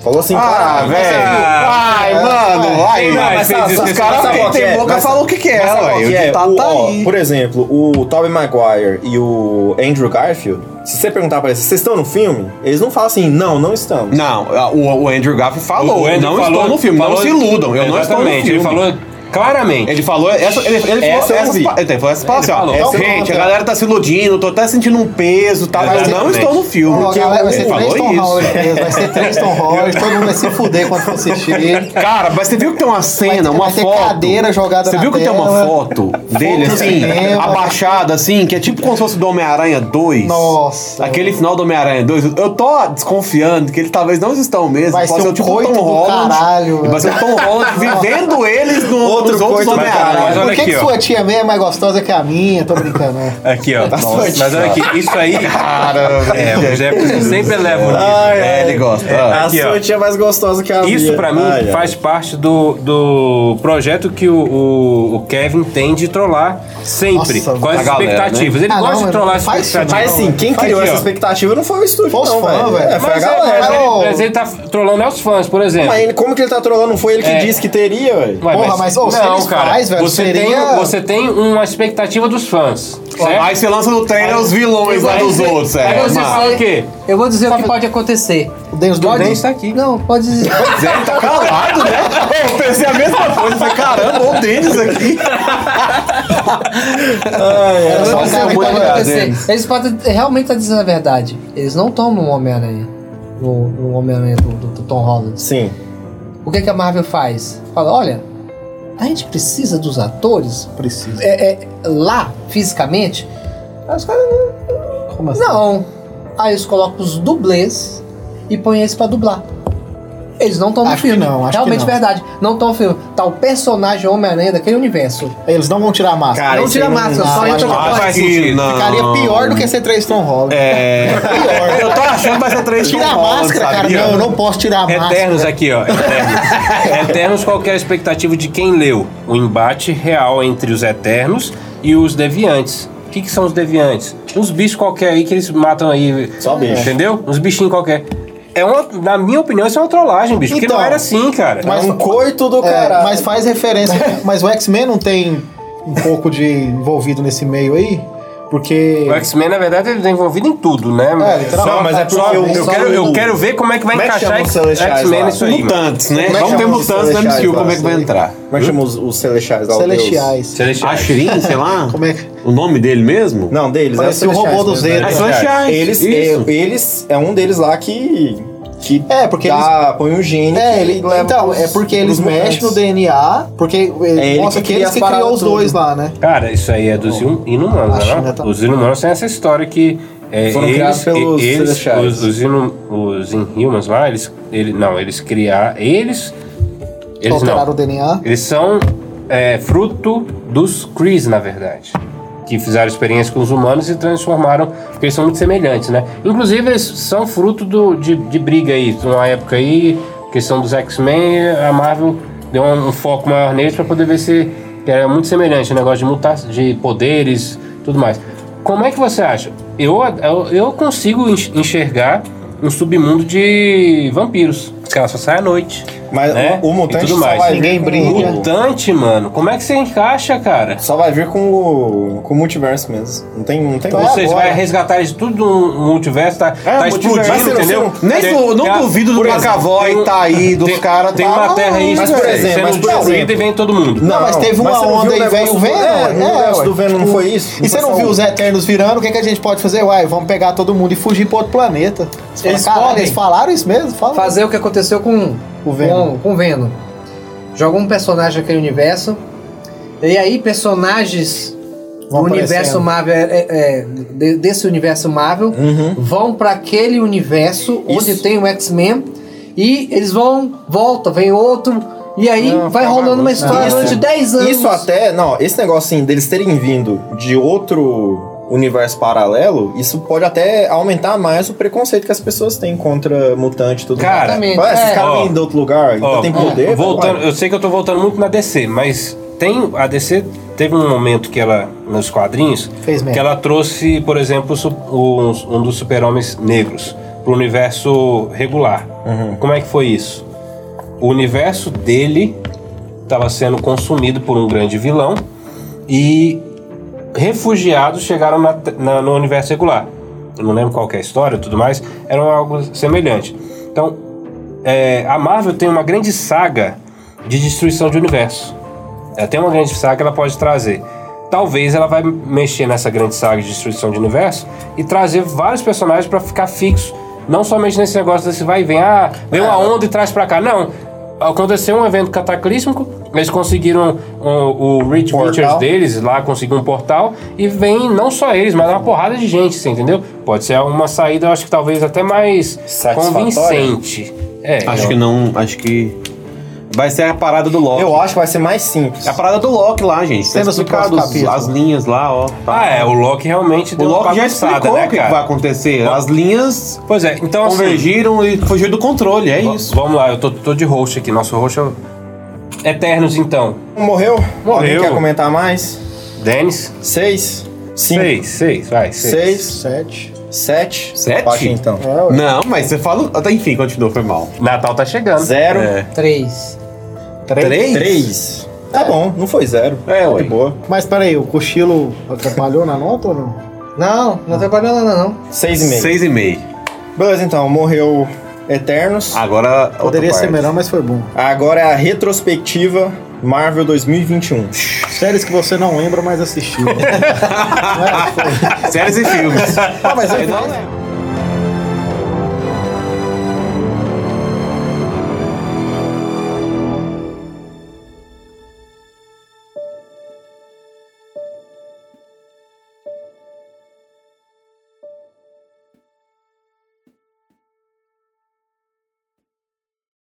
Speaker 1: Falou assim,
Speaker 2: Ah,
Speaker 1: cara,
Speaker 2: velho. Ai, mano. Ai,
Speaker 1: sabe-
Speaker 2: mas fez isso
Speaker 1: sabe-
Speaker 2: com esse
Speaker 1: sabe
Speaker 2: cara.
Speaker 1: qual
Speaker 2: Quem
Speaker 1: que é?
Speaker 2: tem boca
Speaker 1: Mas-
Speaker 2: falou o que que é,
Speaker 1: mas sabe qual
Speaker 2: ué.
Speaker 1: que
Speaker 2: O
Speaker 1: é?
Speaker 2: ditado
Speaker 1: O-
Speaker 2: tá
Speaker 1: ó,
Speaker 2: aí.
Speaker 1: Por exemplo, o Tobey Maguire e o Andrew Garfield, se você perguntar pra eles, vocês estão no filme? Eles não falam assim, não, não estamos.
Speaker 2: Não, a- o, o Andrew Garfield falou.
Speaker 7: O
Speaker 2: eu
Speaker 7: Andrew
Speaker 2: não
Speaker 7: falou-
Speaker 2: estou no filme.
Speaker 7: falou-
Speaker 2: não se iludam. Eu não estou no
Speaker 7: Exatamente,
Speaker 2: filme.
Speaker 7: Ele falou claramente.
Speaker 2: Ele falou essa, ele, ele falou
Speaker 1: Essa
Speaker 2: essa,
Speaker 1: eu vi.
Speaker 2: pa- ele falou essa palavra assim, ó.
Speaker 7: falou.
Speaker 2: Essa
Speaker 4: Então,
Speaker 2: Gente, a
Speaker 4: pronto.
Speaker 2: galera tá se iludindo, tô até sentindo um peso, tá? Mas eu não
Speaker 7: Exatamente.
Speaker 2: estou no filme.
Speaker 4: Ó, galera,
Speaker 2: ele
Speaker 4: vai ser
Speaker 2: falou
Speaker 4: três Tom
Speaker 2: isso.
Speaker 4: Holland mesmo, vai ser três Tom Holland, todo mundo vai se fuder quando for assistir.
Speaker 2: Cara, mas você viu que tem uma
Speaker 4: Vai
Speaker 2: cena,
Speaker 4: ter-
Speaker 2: uma
Speaker 4: vai ter
Speaker 2: foto.
Speaker 4: cadeira jogada
Speaker 2: Você
Speaker 4: na
Speaker 2: viu que tem
Speaker 4: tela.
Speaker 2: uma foto dele
Speaker 4: no
Speaker 2: assim,
Speaker 4: cinema.
Speaker 2: abaixada assim, que é tipo como se fosse do Homem-Aranha 2.
Speaker 4: Nossa.
Speaker 2: Aquele final do Homem-Aranha 2, eu tô desconfiando que ele talvez não estão mesmo.
Speaker 4: Vai ser um
Speaker 2: o tipo
Speaker 4: coito do caralho,
Speaker 2: Vai ser o Tom Holland vivendo eles no,
Speaker 1: Outro
Speaker 2: nos outros
Speaker 1: coito do
Speaker 2: Homem-Aranha.
Speaker 7: Mas
Speaker 4: Por
Speaker 7: olha
Speaker 4: que,
Speaker 7: aqui,
Speaker 4: que
Speaker 7: ó.
Speaker 4: sua tia meia é mais gostosa que a minha? Tô brincando, né?
Speaker 7: Aqui, ó. Nossa, mas olha aqui, isso aí.
Speaker 2: Cara,
Speaker 7: É, o Jefferson sempre leva o nível.
Speaker 1: Ai,
Speaker 2: É, ele gosta.
Speaker 1: Ah, A
Speaker 7: Aqui,
Speaker 1: sua
Speaker 7: ó.
Speaker 1: tia é mais gostosa que a
Speaker 7: Isso
Speaker 1: minha. Ah, é.
Speaker 7: pra mim
Speaker 1: Ai, ai.
Speaker 7: faz parte do, do projeto que o, o, o Kevin tem de trollar sempre.
Speaker 4: Nossa,
Speaker 7: com as
Speaker 2: a galera,
Speaker 7: expectativas. Ele
Speaker 4: Ah,
Speaker 7: gosta
Speaker 4: não,
Speaker 7: de trollar as
Speaker 4: faz isso,
Speaker 7: expectativas.
Speaker 1: né? Mas assim, quem
Speaker 7: Faz
Speaker 1: criou
Speaker 7: aqui,
Speaker 1: essa
Speaker 7: ó.
Speaker 1: expectativa não foi o estúdio,
Speaker 4: Foi os
Speaker 1: não,
Speaker 4: fãs,
Speaker 1: velho.
Speaker 4: velho.
Speaker 1: É, foi a
Speaker 7: Mas, é, mas
Speaker 1: galera.
Speaker 7: ele,
Speaker 4: Ô.
Speaker 7: mas ele tá trolando os fãs, por exemplo.
Speaker 1: Mas ele- como que ele tá trolando? Não foi ele que
Speaker 7: É.
Speaker 1: disse que teria, velho?
Speaker 7: Ué,
Speaker 4: Porra, mas, ô, se eles faz, velho,
Speaker 7: você,
Speaker 4: seria-
Speaker 7: tem, você tem uma expectativa dos fãs. certo?
Speaker 2: Aí você lança no trailer os vilões lá
Speaker 7: Aí
Speaker 2: dos
Speaker 7: você-
Speaker 2: outros, é.
Speaker 7: Aí você
Speaker 2: mano.
Speaker 7: fala o quê?
Speaker 3: Eu vou dizer o que pode acontecer.
Speaker 4: O Denis do
Speaker 3: Pode.
Speaker 4: Dente.
Speaker 3: está aqui. Não, pode dizer.
Speaker 2: Zé tá calado, né? Eu pensei a mesma coisa. Falei, caramba, olha o Denis aqui.
Speaker 4: Era só
Speaker 3: Eu
Speaker 4: um
Speaker 3: sei
Speaker 2: é
Speaker 3: o
Speaker 4: cara
Speaker 3: que
Speaker 4: muito
Speaker 3: pode
Speaker 4: legal.
Speaker 3: acontecer. Eles podem realmente estar dizendo a verdade. Eles não tomam o Homem-Aranha. No, no Homem-Aranha do, do- do Tom Holland.
Speaker 1: Sim.
Speaker 3: O que, que a Marvel faz? Fala, olha, a gente precisa dos atores
Speaker 4: Precisa.
Speaker 3: é, é, lá, fisicamente. Aí os caras,
Speaker 4: Como assim?
Speaker 3: não. Aí eles colocam os dublês e põem eles pra dublar. Eles não estão no
Speaker 4: Acho que
Speaker 3: filme.
Speaker 4: não, acho que
Speaker 3: Realmente
Speaker 4: não.
Speaker 3: verdade. Não estão no filme. Tá o personagem Homem-Aranha daquele universo.
Speaker 4: Eles não vão tirar a máscara.
Speaker 1: Cara,
Speaker 3: não
Speaker 1: isso
Speaker 3: tira
Speaker 1: aí não-
Speaker 3: máscara,
Speaker 4: não,
Speaker 3: só
Speaker 4: não,
Speaker 3: entra
Speaker 4: não,
Speaker 3: com a
Speaker 4: não,
Speaker 2: Faz
Speaker 3: voz.
Speaker 2: sentido, não.
Speaker 4: Ficaria pior do que ser três Tom Holland.
Speaker 2: É. Eu tô achando que vai ser três
Speaker 4: Tira a
Speaker 2: Tom Holland,
Speaker 4: máscara, cara.
Speaker 2: sabia?
Speaker 4: Não, eu não posso tirar a máscara.
Speaker 7: Eternos aqui, ó. Eternos. Eternos, qual que é a expectativa de quem leu? O embate real entre os Eternos e os Deviantes. O que, que são os Deviantes? Uns bichos qualquer aí que eles matam aí.
Speaker 1: Só bicho.
Speaker 7: Entendeu? Uns bichinhos qualquer. É uma, na minha opinião, isso é uma trollagem, bicho. porque
Speaker 4: Então,
Speaker 7: não era assim, cara.
Speaker 1: É um coito do
Speaker 4: É,
Speaker 1: caralho.
Speaker 4: mas faz referência. mas o X-Men não tem um pouco de envolvido nesse meio aí? Porque.
Speaker 7: O X-Men, na verdade, ele é envolvido em tudo, né?
Speaker 4: literalmente.
Speaker 7: Só-
Speaker 1: Mas é
Speaker 7: só-
Speaker 1: porque
Speaker 7: eu,
Speaker 1: o-
Speaker 7: eu quero, eu quero ver como é que vai
Speaker 1: Como é que
Speaker 7: encaixar
Speaker 1: chama os Celestiais
Speaker 7: X-Men
Speaker 1: lá?
Speaker 7: nisso aí. mano.
Speaker 2: Mutantes, né?
Speaker 1: Como é que
Speaker 2: Vamos ter
Speaker 1: chama os
Speaker 2: mutantes no
Speaker 1: celestiais
Speaker 2: MCU,
Speaker 1: lá?
Speaker 2: como é que vai
Speaker 4: assim.
Speaker 2: entrar?
Speaker 1: Como é que chama os, os Celestiais lá? os deuses?
Speaker 4: Celestiais.
Speaker 2: A
Speaker 7: Celestiais.
Speaker 2: Shirin, sei lá?
Speaker 4: Como é que-
Speaker 2: O nome dele mesmo?
Speaker 1: Não, deles. é
Speaker 4: Parecia o
Speaker 1: Celestiais
Speaker 4: robô do
Speaker 1: mesmo,
Speaker 4: Zeta.
Speaker 1: né?
Speaker 2: É
Speaker 4: assim.
Speaker 2: Celestiais.
Speaker 1: Eles,
Speaker 2: isso.
Speaker 1: é, eles é um deles lá que que
Speaker 4: É, porque
Speaker 1: dá, põe um gene.
Speaker 4: É,
Speaker 1: que
Speaker 4: ele,
Speaker 1: leva
Speaker 4: então,
Speaker 1: pros-
Speaker 4: é porque eles
Speaker 1: pros
Speaker 4: mexem no
Speaker 1: mutantes.
Speaker 4: DNA, porque ele
Speaker 1: É, ele
Speaker 4: mostra
Speaker 1: que
Speaker 4: que
Speaker 1: cria
Speaker 4: eles
Speaker 1: as
Speaker 4: que
Speaker 1: paradas
Speaker 4: criou os dois
Speaker 1: tudo.
Speaker 4: lá, né?
Speaker 7: Cara, isso aí é dos inum- inumanos,
Speaker 4: Acho,
Speaker 7: né?
Speaker 4: né, tá-
Speaker 7: Os inumanos têm essa história que. É,
Speaker 1: Foram
Speaker 7: eles,
Speaker 1: criados pelos
Speaker 7: e- eles,
Speaker 1: celestiais.
Speaker 7: os, os, inu, os Inhumans lá, eles, ele, não, eles criaram, eles, eles
Speaker 4: Alteraram o
Speaker 7: não,
Speaker 4: DNA.
Speaker 7: eles são é, fruto dos Krees, na verdade, que fizeram experiência com os humanos e transformaram, porque eles são muito semelhantes, né? Inclusive eles são fruto do, de, de briga aí, numa época aí, questão dos X-Men, a Marvel deu um, um foco maior neles para poder ver se que era muito semelhante, o negócio de mutar, de poderes, tudo mais. Como é que você acha? Eu, eu, eu consigo enx- enxergar um submundo de vampiros. Os caras só saem à noite.
Speaker 1: Mas
Speaker 7: né?
Speaker 1: o, o
Speaker 7: E
Speaker 1: mutante
Speaker 7: tudo
Speaker 1: só
Speaker 7: mais.
Speaker 1: vai,
Speaker 4: Ninguém
Speaker 1: vir
Speaker 4: brinca.
Speaker 1: Com,
Speaker 7: Mutante, mano. Como é que você encaixa, cara?
Speaker 1: só vai vir com o, com o multiverso mesmo. Não tem, não tem
Speaker 2: é
Speaker 4: Então
Speaker 1: como.
Speaker 7: Ou seja,
Speaker 4: agora.
Speaker 7: vai resgatar isso tudo no multiverso, tá, tá
Speaker 1: multiverso. Mas
Speaker 7: explodindo,
Speaker 1: você não-
Speaker 7: entendeu?
Speaker 1: você
Speaker 2: Nem du- não
Speaker 7: a-
Speaker 2: duvido do
Speaker 7: por exemplo,
Speaker 2: Macavoy,
Speaker 7: tem um-
Speaker 2: tá aí, dos
Speaker 7: tem-
Speaker 2: caras,
Speaker 7: Tem
Speaker 2: tá
Speaker 7: uma
Speaker 2: lá,
Speaker 7: terra aí,
Speaker 1: mas, por
Speaker 7: velho,
Speaker 1: exemplo,
Speaker 7: sendo
Speaker 1: mas, por
Speaker 7: destruída
Speaker 1: exemplo.
Speaker 7: e vem todo mundo.
Speaker 4: Não, mas teve uma
Speaker 1: você não viu
Speaker 4: onda
Speaker 1: o
Speaker 4: e veio
Speaker 1: negócio
Speaker 4: o
Speaker 1: do-
Speaker 4: Venom,
Speaker 1: É,
Speaker 4: né,
Speaker 1: o negócio
Speaker 4: ué?
Speaker 1: do Venom não foi isso?
Speaker 4: E você não
Speaker 1: foi
Speaker 4: viu
Speaker 1: só
Speaker 4: os
Speaker 1: um-
Speaker 4: Eternos virando? O que, que a gente pode fazer? Uai, vamos pegar todo mundo e fugir pra outro planeta. Você fala,
Speaker 3: Eles
Speaker 4: "Caralho,
Speaker 3: podem
Speaker 4: eles falaram isso mesmo? Fala. um
Speaker 3: fazer o que aconteceu com
Speaker 4: O Venom.
Speaker 3: Com, com o Venom. Joga um personagem daquele universo. E aí, personagens
Speaker 4: Vão
Speaker 3: do universo
Speaker 4: aparecendo.
Speaker 3: Marvel, é, é, de- desse universo Marvel,
Speaker 4: Uhum.
Speaker 3: vão para aquele universo onde
Speaker 1: Isso.
Speaker 3: tem o X-Men. E eles vão, volta, vem outro. E aí vai
Speaker 4: tá
Speaker 3: rolando uma história
Speaker 1: Isso-
Speaker 3: durante 10 anos.
Speaker 1: Isso até, não, esse negócio assim, deles terem vindo de outro universo paralelo, isso pode até aumentar mais o preconceito que as pessoas têm contra mutante e tudo
Speaker 7: Cara,
Speaker 1: mais.
Speaker 3: Exatamente,
Speaker 1: Ué, esses
Speaker 3: é.
Speaker 1: caras
Speaker 7: Ó,
Speaker 1: vêm de outro lugar, então
Speaker 7: Ó,
Speaker 1: tem poder.
Speaker 7: voltando-
Speaker 1: ué.
Speaker 7: eu sei que eu tô voltando muito na DC, mas tem a DC teve um momento que ela nos quadrinhos
Speaker 4: Fez merda.
Speaker 7: que ela trouxe, por exemplo, su- o- um dos super-homens negros pro universo regular.
Speaker 1: Uhum.
Speaker 7: Como é que foi isso? O universo dele estava sendo consumido por um grande vilão e refugiados chegaram na- na- no universo regular. Eu não lembro qual que é a história e tudo mais, era algo semelhante. Então, é, a Marvel tem uma grande saga de destruição de universo. Ela tem uma grande saga que ela pode trazer. Talvez ela vai mexer nessa grande saga de destruição de universo e trazer vários personagens pra ficar fixo. Não somente nesse negócio desse vai e vem, ah, vem
Speaker 1: É.
Speaker 7: uma onda e traz pra cá. Não. Aconteceu um evento cataclísmico, eles conseguiram um, o Rich
Speaker 1: Portal.
Speaker 7: Richards deles lá, conseguiu um portal e vem não só eles, mas uma porrada de gente, você entendeu? Pode ser uma saída, eu acho que talvez até mais
Speaker 1: Satisfatória?
Speaker 7: convincente. É,
Speaker 2: Acho
Speaker 7: eu-
Speaker 2: que não, acho que vai ser a parada do Loki.
Speaker 1: Eu acho que vai ser mais simples.
Speaker 2: É a parada do Loki lá, gente. Tá
Speaker 4: Cenas do
Speaker 2: explicado
Speaker 4: próximo
Speaker 2: os-
Speaker 4: capítulo.
Speaker 2: as linhas lá, ó.
Speaker 7: Ah, é, o Loki realmente
Speaker 2: O
Speaker 7: deu uma
Speaker 2: Loki já
Speaker 7: bagunçada,
Speaker 2: explicou
Speaker 7: né,
Speaker 2: o que que
Speaker 7: cara?
Speaker 2: vai acontecer. As linhas
Speaker 7: Pois é, então assim,
Speaker 2: convergiram e fugiu do controle, é
Speaker 7: v-
Speaker 2: isso.
Speaker 7: vamos lá, eu tô, tô de host aqui, nosso host é o Eternos então.
Speaker 1: Morreu?
Speaker 7: Morreu.
Speaker 1: Alguém quer comentar mais?
Speaker 7: Denis?
Speaker 1: Seis? Cinco?
Speaker 7: Seis, seis, vai, seis.
Speaker 1: Seis?
Speaker 4: Sete.
Speaker 1: Sete?
Speaker 2: Sete?
Speaker 1: Bate, então.
Speaker 4: É, ué.
Speaker 2: Não, mas você fala. até Enfim, continua, foi mal.
Speaker 7: Natal tá chegando.
Speaker 1: Zero?
Speaker 2: É.
Speaker 3: 3.
Speaker 2: Três?
Speaker 1: Três? Tá bom, não foi zero. Tá
Speaker 2: É, ué.
Speaker 1: De boa.
Speaker 4: Mas peraí, o cochilo atrapalhou na nota ou não?
Speaker 3: Não,
Speaker 4: Ah.
Speaker 3: não trabalhou nada, não.
Speaker 1: Seis e meio.
Speaker 2: Seis e meio.
Speaker 1: Beleza, então, morreu Eternos.
Speaker 2: Agora. outra
Speaker 4: Poderia ser
Speaker 2: parte.
Speaker 4: melhor, mas foi bom.
Speaker 1: Agora é a retrospectiva Marvel 2021.
Speaker 4: Séries que você não lembra, mas assistiu.
Speaker 2: Séries e filmes. ah, mas eu não lembro.